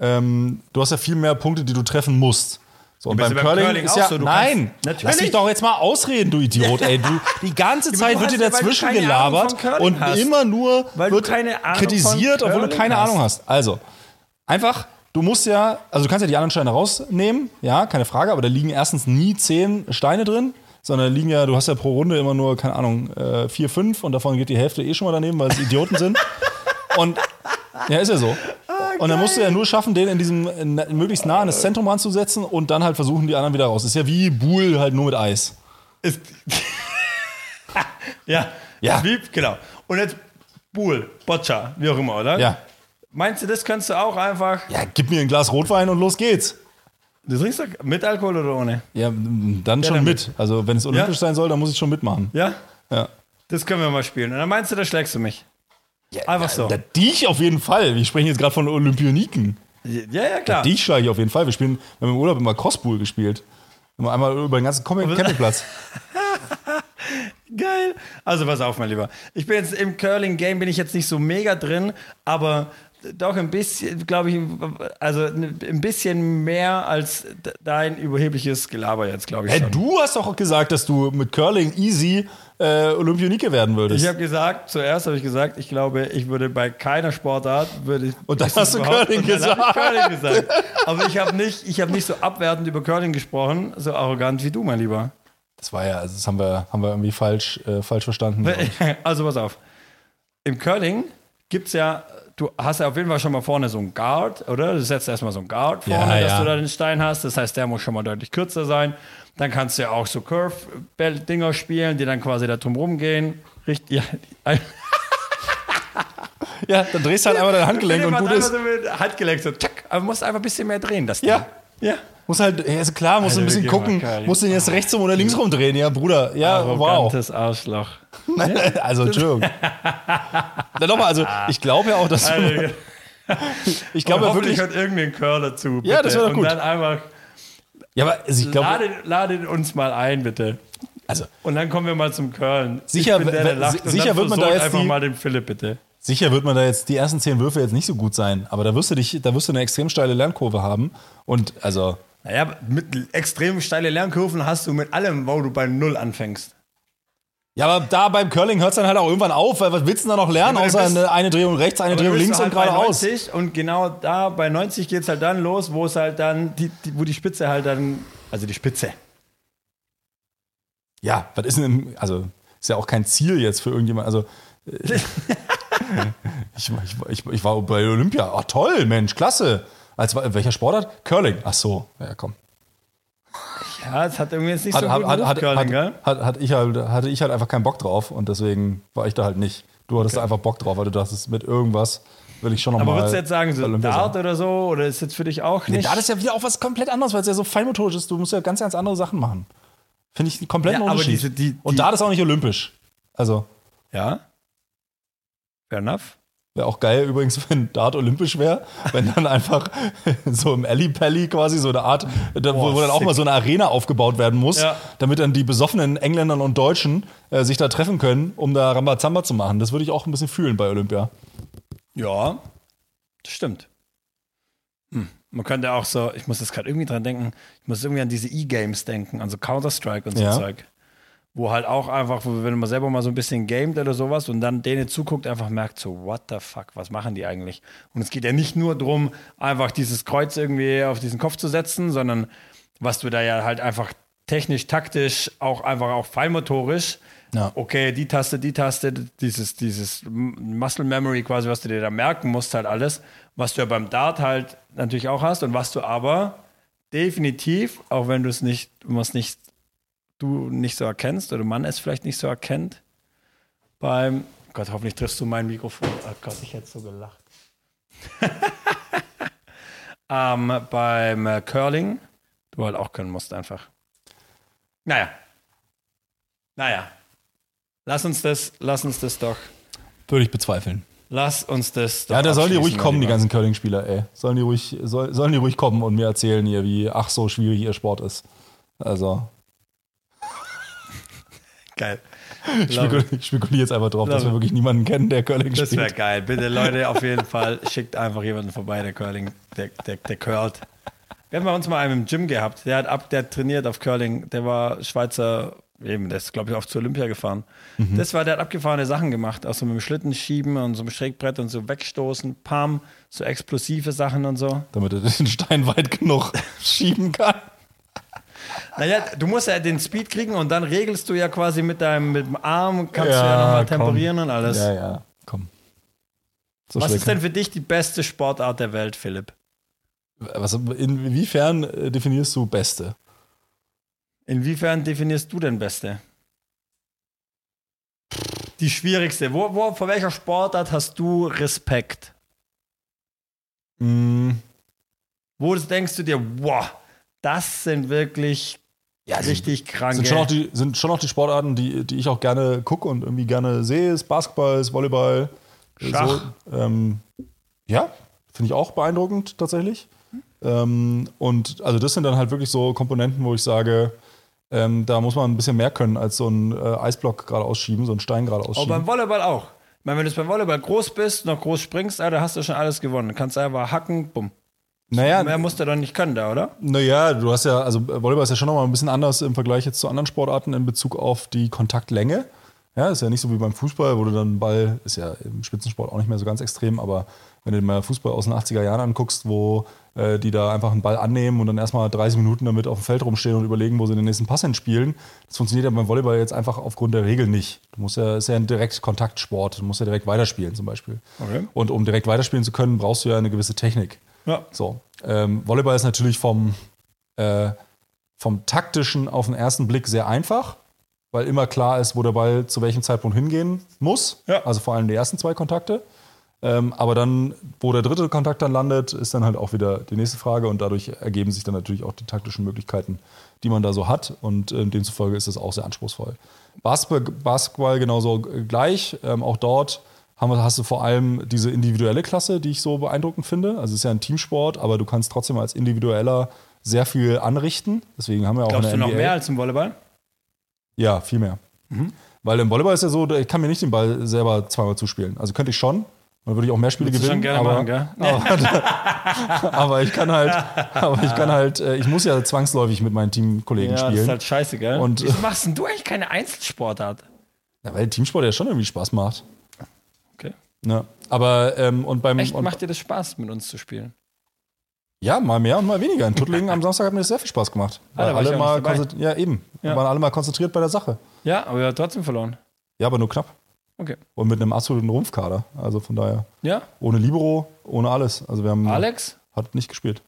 ähm, du hast ja viel mehr Punkte, die du treffen musst. So, und
aber
beim,
ist ja beim
Curling,
Curling
ist
auch
ja,
so, du
nein,
kannst- Natürlich.
lass dich doch jetzt mal ausreden, du Idiot, ey. Du, die ganze Zeit wird
hast
dir
ja, weil du
dazwischen
keine Ahnung
gelabert
von Curling
und
hast.
immer nur
Weil du
wird
keine Ahnung
kritisiert,
von
obwohl
Curling
du keine
hast.
Ahnung hast. Also, einfach, du musst ja, also du kannst ja die anderen Steine rausnehmen, ja, keine Frage, aber da liegen erstens nie zehn Steine drin, sondern da liegen ja, du hast ja pro Runde immer nur, keine Ahnung, äh, vier, fünf und davon geht die Hälfte eh schon mal daneben, weil es Idioten sind. Und ja, ist ja so.
Ah,
und dann musst du ja nur schaffen, den in diesem in, möglichst nah an das Zentrum anzusetzen und dann halt versuchen, die anderen wieder raus. Ist ja wie Buhl halt nur mit Eis.
Ist. ja.
Ja.
Ist Wie, genau. Und jetzt Buhl, Boccia, wie auch immer, oder?
Ja.
Meinst du, das kannst du auch einfach.
Ja, gib mir ein Glas Rotwein und los geht's.
Du trinkst doch mit Alkohol oder ohne?
Ja, m, dann schon
dann
mit. Also, wenn es olympisch
Ja.
sein soll, dann muss ich schon mitmachen.
Ja?
Ja.
Das können wir mal spielen. Und dann meinst du, da schlägst du mich. Einfach so.
Da, dich auf jeden Fall. Wir sprechen jetzt gerade von Olympioniken.
Ja, ja, klar.
Dich schlage ich auf jeden Fall. Wir spielen, wir haben im Urlaub immer Crosspool gespielt. Immer einmal über den ganzen Com- Campingplatz.
Geil. Also pass auf, mein Lieber. Ich bin jetzt im Curling-Game, bin ich jetzt nicht so mega drin, aber doch ein bisschen, glaube ich, also ein bisschen mehr als de- dein überhebliches Gelaber jetzt, glaube ich.
Hä,
schon.
du hast doch gesagt, dass du mit Curling easy äh, Olympionike werden würdest.
Ich habe gesagt, zuerst habe ich gesagt, ich glaube, ich würde bei keiner Sportart würde ich
Und dann
ist
hast du
überhaupt-
Curling
und dann hab
gesagt.
Ich Curling gesagt. Aber ich habe nicht, ich habe nicht so abwertend über Curling gesprochen, so arrogant wie du, mein Lieber.
das war ja, also das haben wir, haben wir irgendwie falsch, äh, falsch verstanden.
Also pass auf. Im Curling gibt's ja, du hast ja auf jeden Fall schon mal vorne so einen Guard, oder? Du setzt erstmal so einen Guard
Ja,
vorne, dass
ja.
du da den Stein hast. Das heißt, der muss schon mal deutlich kürzer sein. Dann kannst du ja auch so Curve-Dinger spielen, die dann quasi da drum rumgehen. Richtig, ja, die-
ja, dann drehst du halt einmal dein Handgelenk und
Philipp
gut
hat
ist.
einfach So mit Handgelenk so, tschak, aber musst einfach ein bisschen mehr drehen, das Ding.
Ja.
Ja.
Muss halt, ja, ist klar, muss
Alter,
ein bisschen
wir gehen
gucken.
mal Curling.
Muss den jetzt rechts rum oder links rumdrehen, ja, Bruder. Ja,
Oh,
wow.
Arrogantes Arschloch.
also, Entschuldigung. Dann nochmal, also, ich glaube ja auch, dass du,
Alter,
ich glaube ja wirklich,
Also, hört irgendeinen Curler zu.
Ja, das
bitte.
wäre doch gut.
Und dann einfach,
ja, aber also ich glaube,
ladet, ladet uns mal ein, bitte.
also,
Und dann kommen wir mal zum Curlen.
Sicher,
ich bin der, der
wenn-
lacht.
sicher
und dann
wird man da
versorgt
jetzt
einfach
die-
mal den Philipp, bitte.
sicher wird man da jetzt die ersten zehn Würfe jetzt nicht so gut sein, aber da wirst du dich, da wirst du eine extrem steile Lernkurve haben und, also,
Naja, mit extrem steile Lernkurven hast du mit allem, wo du bei Null anfängst.
ja, aber da beim Curling hört es dann halt auch irgendwann auf, weil was willst du denn da noch lernen,
Ja, aber du
außer
bist-
eine, eine Drehung rechts, eine Drehung links
halt
und geradeaus?
Und genau da bei 90 geht es halt dann los, wo es halt dann, die, die, wo die Spitze halt dann, also die Spitze,
Ja, was ist denn, im- also, ist ja auch kein Ziel jetzt für irgendjemand, also, äh, ich, ich, ich, ich war bei Olympia, ach toll, Mensch, klasse. Als, welcher Sportart? Curling. Ach so, ja, komm.
Ja, es hat irgendwie jetzt nicht
hat,
so
hat,
gut
hat, hat,
Curling, gell?
hat, hat, hat ich halt, hatte ich halt einfach keinen Bock drauf und deswegen war ich da halt nicht. Du hattest da einfach Bock drauf, weil du dachtest, mit irgendwas will ich schon nochmal.
Aber würdest du jetzt sagen, so
Olympia
Dart
sein.
oder so? Oder ist jetzt für dich auch
Nee,
nicht?
Dart ist ja wieder auch was komplett anderes, weil es ja so feinmotorisch ist. Du musst ja ganz, ganz andere Sachen machen. Finde ich einen kompletten
Ja, aber
Unterschied.
diese- die- die-
und Dart ist auch nicht olympisch. Also,
ja. Fair enough.
wäre auch geil übrigens, wenn Dart olympisch wäre, wenn dann einfach so im Alley-Pally quasi so eine Art, da, wo,
Boah,
wo dann auch
sick.
mal so eine Arena aufgebaut werden muss,
Ja.
damit dann die besoffenen Engländern und Deutschen äh, sich da treffen können, um da Rambazamba zu machen. Das würde ich auch ein bisschen fühlen bei Olympia.
Ja, das stimmt. Hm. Man könnte auch so, ich muss jetzt gerade irgendwie dran denken, ich muss irgendwie an diese E-Games denken, an so Counter-Strike und so
Ja.
Zeug. Wo halt auch einfach, wo, wenn man selber mal so ein bisschen gamet oder sowas und dann denen zuguckt, einfach merkt so, what the fuck, was machen die eigentlich? Und es geht ja nicht nur darum, einfach dieses Kreuz irgendwie auf diesen Kopf zu setzen, sondern was du da ja halt einfach technisch, taktisch, auch einfach auch feinmotorisch,
Ja.
okay, die Taste, die Taste, dieses, dieses M- Muscle Memory quasi, was du dir da merken musst, halt alles, was du ja beim Dart halt natürlich auch hast und was du aber definitiv, auch wenn du es nicht, wenn man es nicht, du nicht so erkennst oder man es vielleicht nicht so erkennt, beim Gott, hoffentlich triffst du mein Mikrofon. Oh Gott, ich hätte so gelacht. ähm, beim äh, Curling, du halt auch können musst einfach. Naja. Naja. Lass uns das, lass uns das doch.
Würde ich bezweifeln.
Lass uns das doch.
Ja, da sollen die ruhig
abschließen,
kommen, die
mein Lieber.
ganzen Curling-Spieler, ey. Sollen die, ruhig, soll, sollen die ruhig kommen und mir erzählen hier, wie ach so schwierig ihr Sport ist. Also,
Geil.
ich
Love
spekuliere, ich spekuliere jetzt einfach drauf, dass
Love
wir
it.
wirklich niemanden kennen, der Curling
Das wäre
spielt.
geil. Bitte, Leute, auf jeden Fall schickt einfach jemanden vorbei, der Curling, der, der, der curlt. Wir haben bei uns mal einen im Gym gehabt, der hat ab, der hat trainiert auf Curling, der war Schweizer, eben, der ist, glaube ich, auch zu Olympia gefahren.
Mhm.
Das war, der hat abgefahrene Sachen gemacht, auch so mit dem Schlitten schieben und so einem Schrägbrett und so wegstoßen, Pam, so explosive Sachen und so.
Damit er den Stein weit genug schieben kann.
Naja, du musst ja den Speed kriegen und dann regelst du ja quasi mit deinem mit dem Arm, kannst du ja nochmal
komm.
temporieren und alles.
Ja, ja, komm. So
Was
schwer
ist denn für dich die beste Sportart der Welt, Philipp?
kann- Was, inwiefern äh, definierst du Beste?
Inwiefern definierst du denn Beste? Die schwierigste. Wo, wo, vor welcher Sportart hast du Respekt?
Mm,
Wo denkst du dir, wow, das sind wirklich richtig kranke.
Sind schon, auch die, sind schon auch die Sportarten, die, die ich auch gerne gucke und irgendwie gerne sehe, ist Basketball, ist Volleyball. äh,
Schach.
So, ähm, ja, finde ich auch beeindruckend tatsächlich. Ähm, und also das sind dann halt wirklich so Komponenten, wo ich sage, ähm, da muss man ein bisschen mehr können als so ein äh, Eisblock gerade ausschieben, so ein Stein gerade
Aber
ausschieben.
beim Volleyball auch. Ich meine, wenn du beim Volleyball groß bist, noch groß springst, Alter, hast du schon alles gewonnen. Du kannst einfach hacken, bumm.
naja,
Mehr musst du doch nicht können da, oder?
Naja, du hast ja, also Volleyball ist ja schon nochmal ein bisschen anders im Vergleich jetzt zu anderen Sportarten in Bezug auf die Kontaktlänge. Ja, ist ja nicht so wie beim Fußball, wo du dann einen Ball, ist ja im Spitzensport auch nicht mehr so ganz extrem, aber wenn du dir mal Fußball aus den 80er Jahren anguckst, wo äh, die da einfach einen Ball annehmen und dann erstmal 30 Minuten damit auf dem Feld rumstehen und überlegen, wo sie den nächsten Pass hinspielen, das funktioniert ja beim Volleyball jetzt einfach aufgrund der Regel nicht. Du musst ja, ist ja ein Direktkontaktsport, du musst ja direkt weiterspielen zum Beispiel.
Okay.
Und um direkt weiterspielen zu können, brauchst du ja eine gewisse Technik.
Ja.
So. Ähm, Volleyball ist natürlich vom, äh, vom taktischen auf den ersten Blick sehr einfach, weil immer klar ist, wo der Ball zu welchem Zeitpunkt hingehen muss.
Ja.
Also vor allem die ersten zwei Kontakte. Ähm, aber dann, wo der dritte Kontakt dann landet, ist dann halt auch wieder die nächste Frage und dadurch ergeben sich dann natürlich auch die taktischen Möglichkeiten, die man da so hat und äh, demzufolge ist das auch sehr anspruchsvoll. Basketball, Basketball genauso gleich, ähm, auch dort haben, wir- hast du vor allem diese individuelle Klasse, die ich so beeindruckend finde. Also es ist ja ein Teamsport, aber du kannst trotzdem als Individueller sehr viel anrichten. Deswegen haben wir auch
Glaubst
in
du
der
noch
NBA
mehr als im Volleyball?
ja, viel mehr.
Mhm.
Weil im Volleyball ist ja so, ich kann mir nicht den Ball selber zweimal zuspielen. Also könnte ich schon. Dann würde ich auch mehr Spiele
Würdest du
gewinnen.
schon gerne
aber,
machen, gell?
aber, aber ich kann halt, aber ich kann halt, äh, ich muss ja zwangsläufig mit meinen Teamkollegen
Ja, das
spielen.
ist halt scheiße, gell?
Und-
Wieso machst denn du eigentlich keine Einzelsportart?
ja, weil Teamsport ja schon irgendwie Spaß macht.
Okay.
Ja. Aber ähm, und beim
Echt,
und,
macht dir das Spaß, mit uns zu spielen?
Ja, mal mehr und mal weniger. In Tuttlingen am Samstag hat mir das sehr viel Spaß gemacht.
Ah, da
Weil
war ich
alle
auch
mal
nicht dabei.
konzentri- ja, eben.
Ja.
Waren alle mal konzentriert bei der Sache.
Ja, aber wir haben trotzdem verloren.
Ja, aber nur knapp.
Okay.
Und mit einem absoluten Rumpfkader. Also von daher.
Ja,
Ohne Libero, ohne alles. Also wir haben
Alex?
hat nicht gespielt.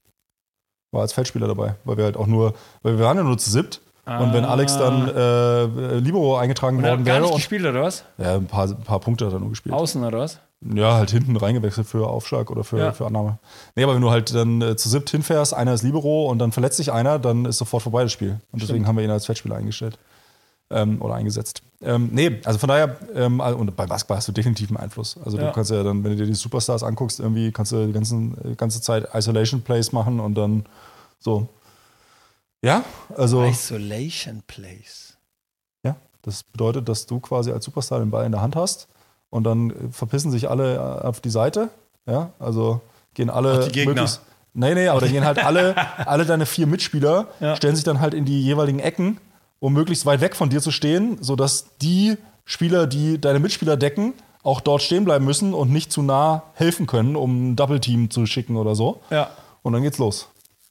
War als Feldspieler dabei, weil wir halt auch nur, weil wir waren ja nur zu siebt. Und wenn
Ah.
Alex dann äh, Libero eingetragen
Und er
worden
hat gar
wäre
nicht
und
gespielt, oder was?
ja, ein, paar, ein paar Punkte hat er nur gespielt.
Außen, oder was?
Ja, halt hinten reingewechselt für Aufschlag oder für,
Ja.
für Annahme. Nee, aber wenn du halt dann äh, zu siebt hinfährst, einer ist Libero und dann verletzt sich einer, dann ist sofort vorbei das Spiel. Und deswegen haben wir ihn als Feldspieler eingestellt. Ähm, oder eingesetzt. Ähm, nee, also von daher, ähm, also- und bei Basketball hast du definitiv einen Einfluss. Also du
Ja.
kannst ja dann, wenn du dir die Superstars anguckst, irgendwie kannst du die ganzen, äh, ganze Zeit Isolation Plays machen und dann so. Ja, also
Isolation Place.
ja, das bedeutet, dass du quasi als Superstar den Ball in der Hand hast und dann äh, verpissen sich alle äh, auf die Seite. Ja, also gehen alle
Auch die Gegner.
möglichst Nee, nee, aber da gehen halt alle, alle deine vier Mitspieler, stellen sich dann halt in die jeweiligen Ecken, um möglichst weit weg von dir zu stehen, sodass die Spieler, die deine Mitspieler decken, auch dort stehen bleiben müssen und nicht zu nah helfen können, um ein Double-Team zu schicken oder so.
Ja.
Und dann geht's los.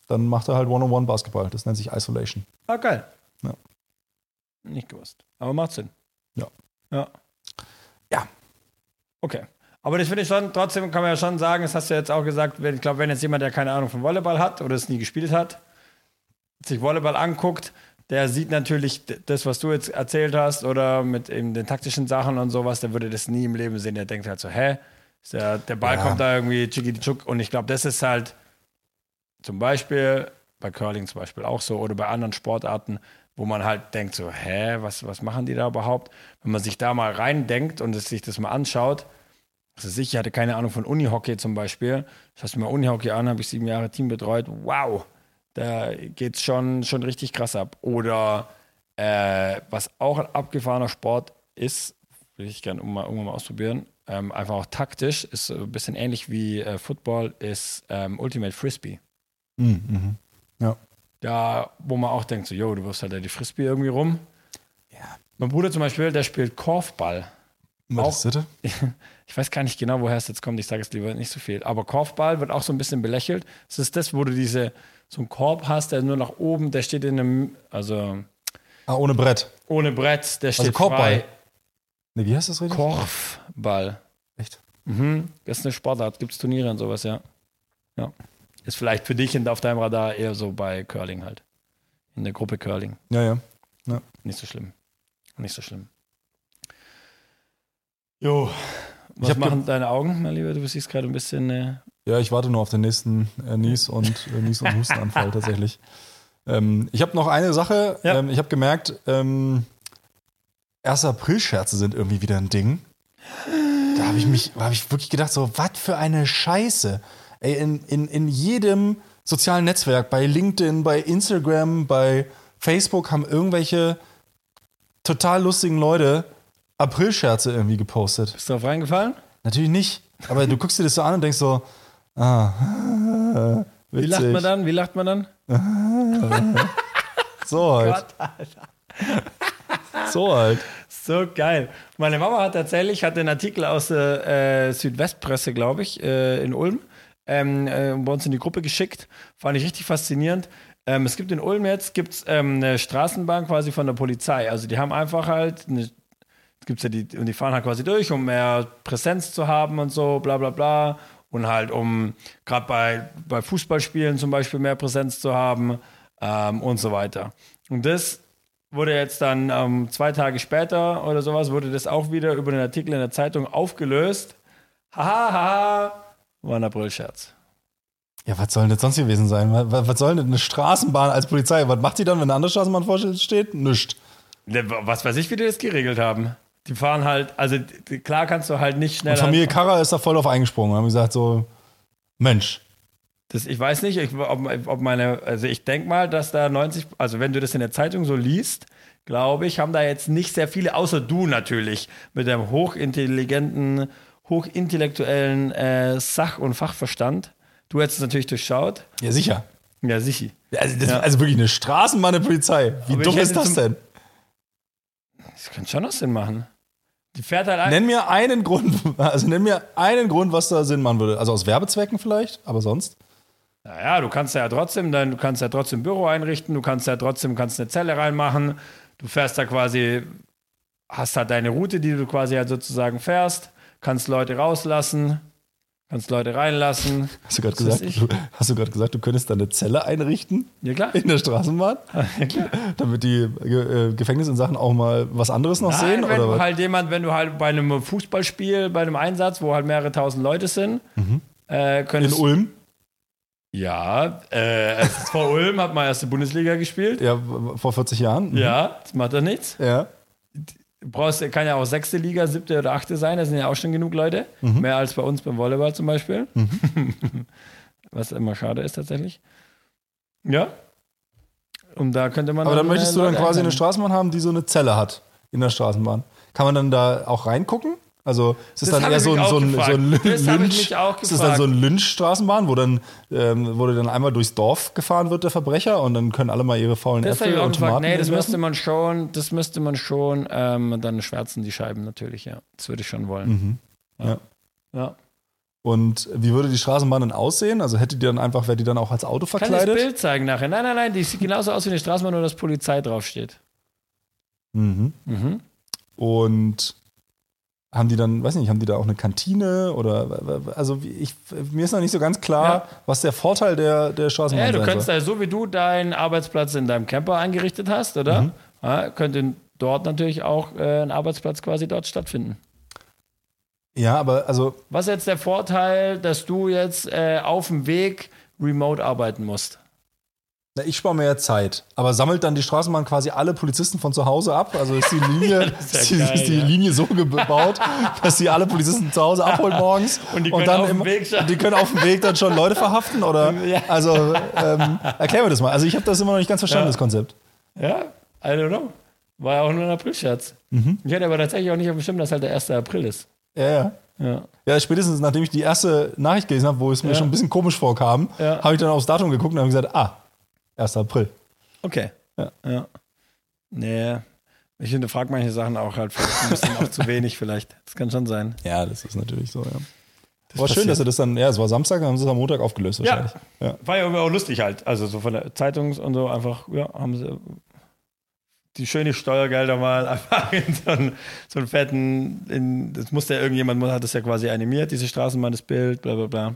Dann macht er halt One-on-One-Basketball. Das nennt sich Isolation.
Ah, geil.
Ja.
Nicht gewusst. Aber macht Sinn.
Ja.
Ja.
Ja.
Okay. Aber das finde ich schon, trotzdem kann man ja schon sagen, das hast du jetzt auch gesagt, wenn, ich glaube, wenn jetzt jemand, der keine Ahnung von Volleyball hat oder es nie gespielt hat, sich Volleyball anguckt, der sieht natürlich d- das, was du jetzt erzählt hast oder mit eben den taktischen Sachen und sowas, der würde das nie im Leben sehen. Der denkt halt so, hä? Ist Der, der Ball kommt da irgendwie tschicki tschuk und ich glaube, das ist halt zum Beispiel bei Curling zum Beispiel auch so oder bei anderen Sportarten, wo man halt denkt so, hä, was, was machen die da überhaupt? Wenn man sich da mal reindenkt und es sich das mal anschaut, also ich hatte keine Ahnung von Unihockey zum Beispiel. Ich schaue mir mal Unihockey an, habe ich sieben Jahre Team betreut. Wow, da geht es schon, schon richtig krass ab. Oder äh, was auch ein abgefahrener Sport ist, will ich gerne mal, irgendwann mal ausprobieren, ähm, einfach auch taktisch, ist so ein bisschen ähnlich wie äh, Football, ist ähm, Ultimate Frisbee.
Ja.
Da, wo man auch denkt, so, yo, du wirfst halt da die Frisbee irgendwie rum. Mein Bruder zum Beispiel, der spielt Korfball.
Was ist das?
ich weiß gar nicht genau, woher es jetzt kommt. Ich sage es lieber nicht so viel. Aber Korbball wird auch so ein bisschen belächelt. Es ist das, wo du diese, so einen Korb hast, der nur nach oben, der steht in einem, also
Ah, ohne Brett.
ohne Brett, der steht
Also Korbball.
frei.
Nee, wie heißt das richtig?
Korfball.
Echt?
Mhm. Das ist eine Sportart. Gibt es Turniere und sowas, ja. Ja. Ist vielleicht für dich und auf deinem Radar eher so bei Curling halt. In der Gruppe Curling.
Ja, ja.
Nicht so schlimm. Nicht so schlimm.
Jo. Ich
Was
hab ge-
machen deine Augen, mein Lieber? Du siehst gerade ein bisschen. Äh,
Ja, ich warte nur auf den nächsten äh, Nies- und, äh, Nies und Hustenanfall tatsächlich. Ähm, ich habe noch eine Sache.
Ja.
Ähm, ich habe gemerkt, ähm, 1. April-Scherze sind irgendwie wieder ein Ding. Da habe ich mich, habe ich wirklich gedacht, so, was für eine Scheiße. Ey, in, in, in jedem sozialen Netzwerk, bei LinkedIn, bei Instagram, bei Facebook haben irgendwelche total lustigen Leute April-Scherze irgendwie gepostet.
bist du drauf reingefallen?
Natürlich nicht. Aber du guckst dir das so an und denkst so, ah,
Wie
witzig.
lacht man dann? Wie lacht man dann?
So halt.
Gott,
So halt.
So geil. Meine Mama hat tatsächlich hat den Artikel aus der äh, Südwestpresse, glaube ich, äh, in Ulm ähm, äh, bei uns in die Gruppe geschickt. Fand ich richtig faszinierend. Ähm, es gibt in Ulm jetzt gibt's, ähm, eine Straßenbahn quasi von der Polizei. Also die haben einfach halt eine gibt's ja die, und die fahren halt quasi durch, um mehr Präsenz zu haben und so, bla bla bla. Und halt, um gerade bei, bei Fußballspielen zum Beispiel mehr Präsenz zu haben ähm, und so weiter. Und das wurde jetzt dann ähm, zwei Tage später oder sowas, wurde das auch wieder über den Artikel in der Zeitung aufgelöst. Haha, haha, war ein April-Scherz.
Ja, was soll denn das sonst gewesen sein? Was, was- was soll denn eine Straßenbahn als Polizei? Was macht die dann, wenn eine andere Straßenbahn vorsteht? Nichts.
Ne, Was weiß ich, wie die das geregelt haben. Die fahren halt, also die- die- klar kannst du halt nicht schneller.
Und Familie Karrer ist da voll auf eingesprungen. Haben gesagt so, Mensch.
Das, ich weiß nicht, ich, ob, ob meine, also ich denke mal, dass da 90, also wenn du das in der Zeitung so liest, glaube ich, haben da jetzt nicht sehr viele, außer du natürlich, mit deinem hochintelligenten, hochintellektuellen äh, Sach- und Fachverstand. Du hättest es natürlich durchschaut.
Ja, sicher.
Ja, sicher.
Also, das, also wirklich eine Straßenbahn der Polizei. Wie
Aber ich
dumm
hätte
ist das
zum-
denn?
Das kann schon noch Sinn machen. Die fährt halt ein.
Nenn mir einen Grund, also nenn mir einen Grund, was da Sinn machen würde. Also aus Werbezwecken vielleicht, aber sonst.
Naja, du kannst ja trotzdem, dein, du kannst ja trotzdem ein Büro einrichten, du kannst ja trotzdem kannst eine Zelle reinmachen, du fährst da quasi, hast halt deine Route, die du quasi halt sozusagen fährst, kannst Leute rauslassen, kannst Leute reinlassen.
Hast du gerade
Was weiß
gesagt, du, hast du gerade gesagt, du könntest da eine Zelle einrichten?
Ja klar.
In der Straßenbahn?
Ja, klar.
Damit die äh, Gefängnisinsachen auch mal was anderes noch sehen?
Nein, wenn
Oder
du
was?
halt jemand, wenn du halt bei einem Fußballspiel, bei einem Einsatz, wo halt mehrere tausend Leute sind, äh,
Mhm. in
könntest
Ulm?
Ja, äh, vor Ulm hat man erste Bundesliga gespielt.
Ja, w- vor 40 Jahren? Mhm.
Ja, das macht doch nichts.
Ja.
brauchst, kann ja auch sechste Liga, siebte oder achte sein, da sind ja auch schon genug Leute.
Mhm.
Mehr als bei uns beim Volleyball zum Beispiel. Was immer schade ist tatsächlich. Ja. Und da könnte man.
Aber dann möchtest
äh,
du dann
Leute
quasi eine
einladen.
Straßenbahn haben, die so eine Zelle hat in der Straßenbahn. Kann man dann da auch reingucken? Also es ist
Das
dann
hab
eher
ich
so ein,
mich
so ein,
auch
so ein
gefragt.
Lyn-
Das hab ich
Lynch.
mich auch
es ist dann so ein
gefragt.
Lynch-Straßenbahn, wo dann, ähm, wo der dann einmal durchs Dorf gefahren wird, der Verbrecher, und dann können alle mal ihre faulen
Das habe
Äpfel
ich auch
und
gefragt.
Tomaten
Nee, das
wegwerfen.
müsste man schon, das müsste man schon, ähm, dann schwärzen die Scheiben natürlich, ja. Das würde ich schon wollen.
mhm.
Ja.
Und wie würde die Straßenbahn dann aussehen? Also hätte die dann einfach, wäre die dann auch als Auto
Ich kann dir das
verkleidet?
Bild zeigen nachher. Nein, nein, nein, die sieht genauso aus wie eine Straßenbahn, nur dass Polizei draufsteht.
Mhm.
Mhm.
Und haben die dann, weiß nicht, haben die da auch eine Kantine oder also wie- ich, mir ist noch nicht so ganz klar, was der Vorteil der, der Straßenbahn
Ja, also. du
sein
könntest
soll.
da, so wie du deinen Arbeitsplatz in deinem Camper eingerichtet hast, oder? Ja, könnte dort natürlich auch äh, ein Arbeitsplatz quasi dort stattfinden.
Ja, aber also
Was ist jetzt der Vorteil, dass du jetzt äh, auf dem Weg remote arbeiten musst?
na, ich spare mir ja Zeit. Aber sammelt dann die Straßenbahn quasi alle Polizisten von zu Hause ab? Also ist die Linie,
ist ja
ist die,
geil,
ist die
ja.
Linie so gebaut, dass sie alle Polizisten zu Hause abholen morgens
Und die können
dann
auf dem
im-
Weg schon-
die können auf dem Weg dann schon Leute verhaften oder
Ja.
also ähm, erklär mir das mal. Also ich habe das immer noch nicht ganz verstanden,
Ja.
das Konzept.
Ja, I don't know. War ja auch nur ein Aprilscherz. Ich hätte aber tatsächlich auch nicht auf dem Schirm, dass halt der 1. April ist.
Ja, ja.
Ja.
Ja, spätestens nachdem ich die erste Nachricht gelesen habe, wo es mir
Ja.
schon ein bisschen komisch vorkam,
Ja.
habe ich dann aufs Datum geguckt und habe gesagt, ah, 1. April.
Okay.
Ja.
ja. Nee. Ich hinterfrage manche Sachen auch halt vielleicht ein bisschen auch zu wenig vielleicht. Das kann schon sein.
Ja, das ist natürlich so, ja. war
passiert.
schön, dass er das dann, ja, es war Samstag, dann haben sie es am Montag aufgelöst wahrscheinlich. Ja.
War ja irgendwie auch lustig halt. Also so von der Zeitung und so einfach, ja, haben sie die schönen Steuergelder mal einfach in so einen, so einen fetten, in, das musste ja irgendjemand, hat das ja quasi animiert, diese Straßenbahn, das Bild, bla bla bla.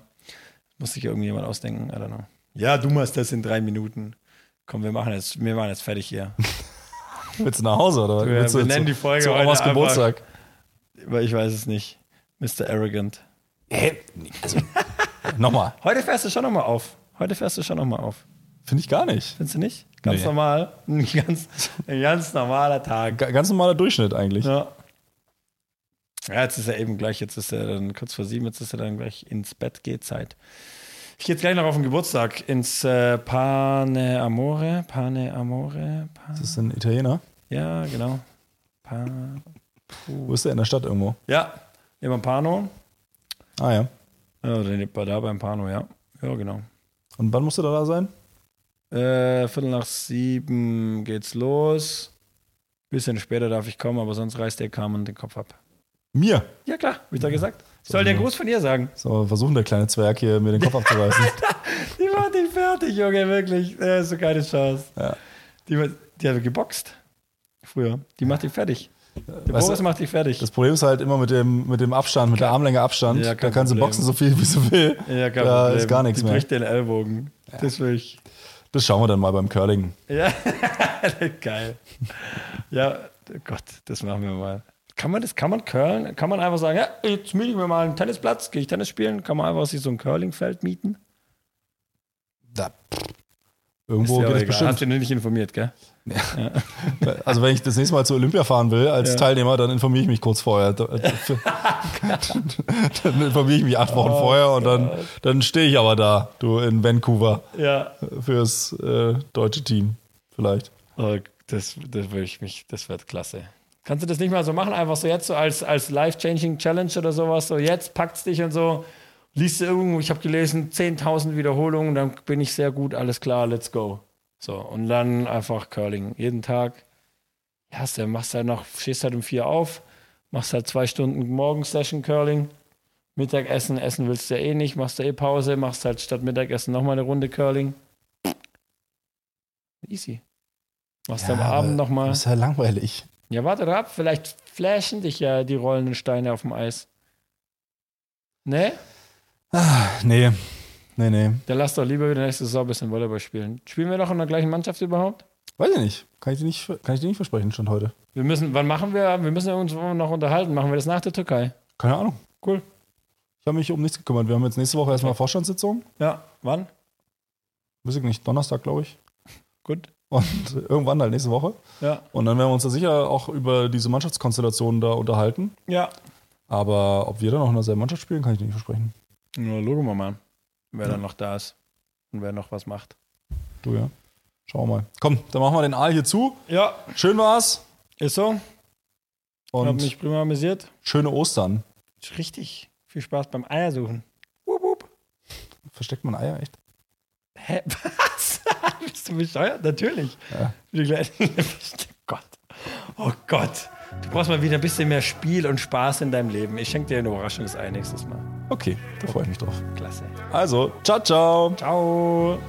Muss sich irgendjemand ausdenken, I don't know. Ja, du machst das in drei Minuten. Komm, wir machen jetzt, wir machen jetzt fertig hier.
Willst du nach Hause oder?
Wir-
willst du
wir
zu-
nennen die Folge
zu Omas
heute
Geburtstag.
Weil ich weiß es nicht. Mr. Arrogant.
Hä? Nee, Also, nochmal.
Heute fährst du schon nochmal auf. Heute fährst du schon nochmal auf.
Finde ich gar nicht.
Findest du nicht? Ganz
Nee.
normal. Ein ganz, ein ganz normaler Tag.
Ga- Ganz normaler Durchschnitt eigentlich.
Ja. Ja, jetzt ist ja eben gleich, jetzt ist ja dann kurz vor sieben, jetzt ist ja dann gleich ins Bett geht Zeit. Ich gehe jetzt gleich noch auf den Geburtstag ins äh, Pane Amore, Pane Amore, Pane,
Das ist ein Italiener.
ja, genau. Pa
Wo ist der? In der Stadt irgendwo.
ja, immer Pano.
Ah ja.
Ja, oder bei- da beim Pano, ja. Ja, genau.
Und wann musst du da, da sein?
Äh, Viertel nach sieben geht's los. Bisschen später darf ich kommen, aber sonst reißt der Carmen den Kopf ab.
Mir.
Ja, klar, wie ich da gesagt. Ich soll dir Gruß von ihr sagen.
So, wir versuchen der kleine Zwerg hier mir den Kopf abzureißen.
Die macht ihn fertig, Junge, wirklich. Äh, so keine Chance.
Ja.
Die, war- die hat geboxt. Früher. Die macht ihn fertig. Der
weißt
Boris
du-
macht dich fertig.
Das Problem ist halt immer mit dem, mit dem Abstand, mit der Armlänge Abstand.
Ja,
da
kein
kann sie
Problem.
boxen so viel, wie sie will.
ja, kein
da
Problem.
ist gar nichts
die
mehr.
bricht den Ellbogen. Das ist wirklich.
Das schauen wir dann mal beim Curling.
Ja, geil. Ja, Gott, das machen wir mal. Kann man das, kann man curlen? Kann man einfach sagen, ja, jetzt miete ich mir mal einen Tennisplatz, gehe ich Tennis spielen? Kann man einfach sich so ein Curlingfeld mieten?
Da. Irgendwo
Ist ja auch
geht das
egal. Hast
bestimmt.
du nicht informiert, gell?
Also wenn ich das nächste Mal zu Olympia fahren will als
Ja.
Teilnehmer, dann informiere ich mich kurz vorher. Da- dann informiere ich mich acht
Oh
Wochen vorher und dann, dann stehe ich aber da, du in Vancouver,
Ja.
fürs äh, deutsche Team vielleicht.
Oh, das, das würde ich mich, das wird klasse. Kannst du das nicht mal so machen, einfach so jetzt so als, als Life-Changing-Challenge oder sowas, so jetzt packt's dich und so, liest du irgendwo, ich habe gelesen, 10.000 Wiederholungen, dann bin ich sehr gut, alles klar, let's go. So, und dann einfach Curling, jeden Tag. Ja, hast du, machst halt noch, stehst halt um vier auf, machst halt zwei Stunden Morgensession Curling, Mittagessen, Essen willst du ja eh nicht, machst du eh Pause, machst halt statt Mittagessen nochmal eine Runde Curling. Easy. Machst am Abend nochmal.
Das ist ja langweilig.
Ja, warte doch ab, vielleicht flashen dich ja die rollenden Steine auf dem Eis. Ne?
Nee, nee, nee.
Dann lass doch lieber wieder nächste Saison ein bisschen Volleyball spielen. Spielen wir doch in der gleichen Mannschaft überhaupt?
Weiß ich nicht. Kann ich dir nicht, kann ich dir nicht versprechen, schon heute.
Wir müssen, wann machen wir? Wir müssen uns noch unterhalten. Machen wir das nach der Türkei?
Keine Ahnung.
Cool.
Ich habe mich um nichts gekümmert. Wir haben jetzt nächste Woche erstmal
Okay.
Vorstandssitzung.
Ja, wann?
Weiß ich nicht, Donnerstag, glaube ich.
Gut.
Und irgendwann halt nächste Woche.
Ja.
Und dann werden wir uns da sicher auch über diese Mannschaftskonstellationen da unterhalten.
Ja.
Aber ob wir dann auch in derselben Mannschaft spielen, kann ich dir nicht versprechen.
Nur logen wir mal, wer dann noch da ist und wer noch was macht.
Du ja. Schauen wir mal. Komm, dann machen wir den Aal hier zu.
Ja,
Schön war's.
ist so. Ich habe
Und
mich prima amüsiert.
schöne Ostern.
Ist Richtig. Viel Spaß beim Eiersuchen.
Versteckt man Eier echt?
Hä? Was? Bist du bescheuert? Natürlich.
Ja.
Die kleinen- Gott. Oh Gott. Du brauchst mal wieder ein bisschen mehr Spiel und Spaß in deinem Leben. Ich schenke dir ein Überraschungsei nächstes Mal.
Okay, da freue ich mich drauf.
Klasse.
Also, ciao, ciao.
Ciao.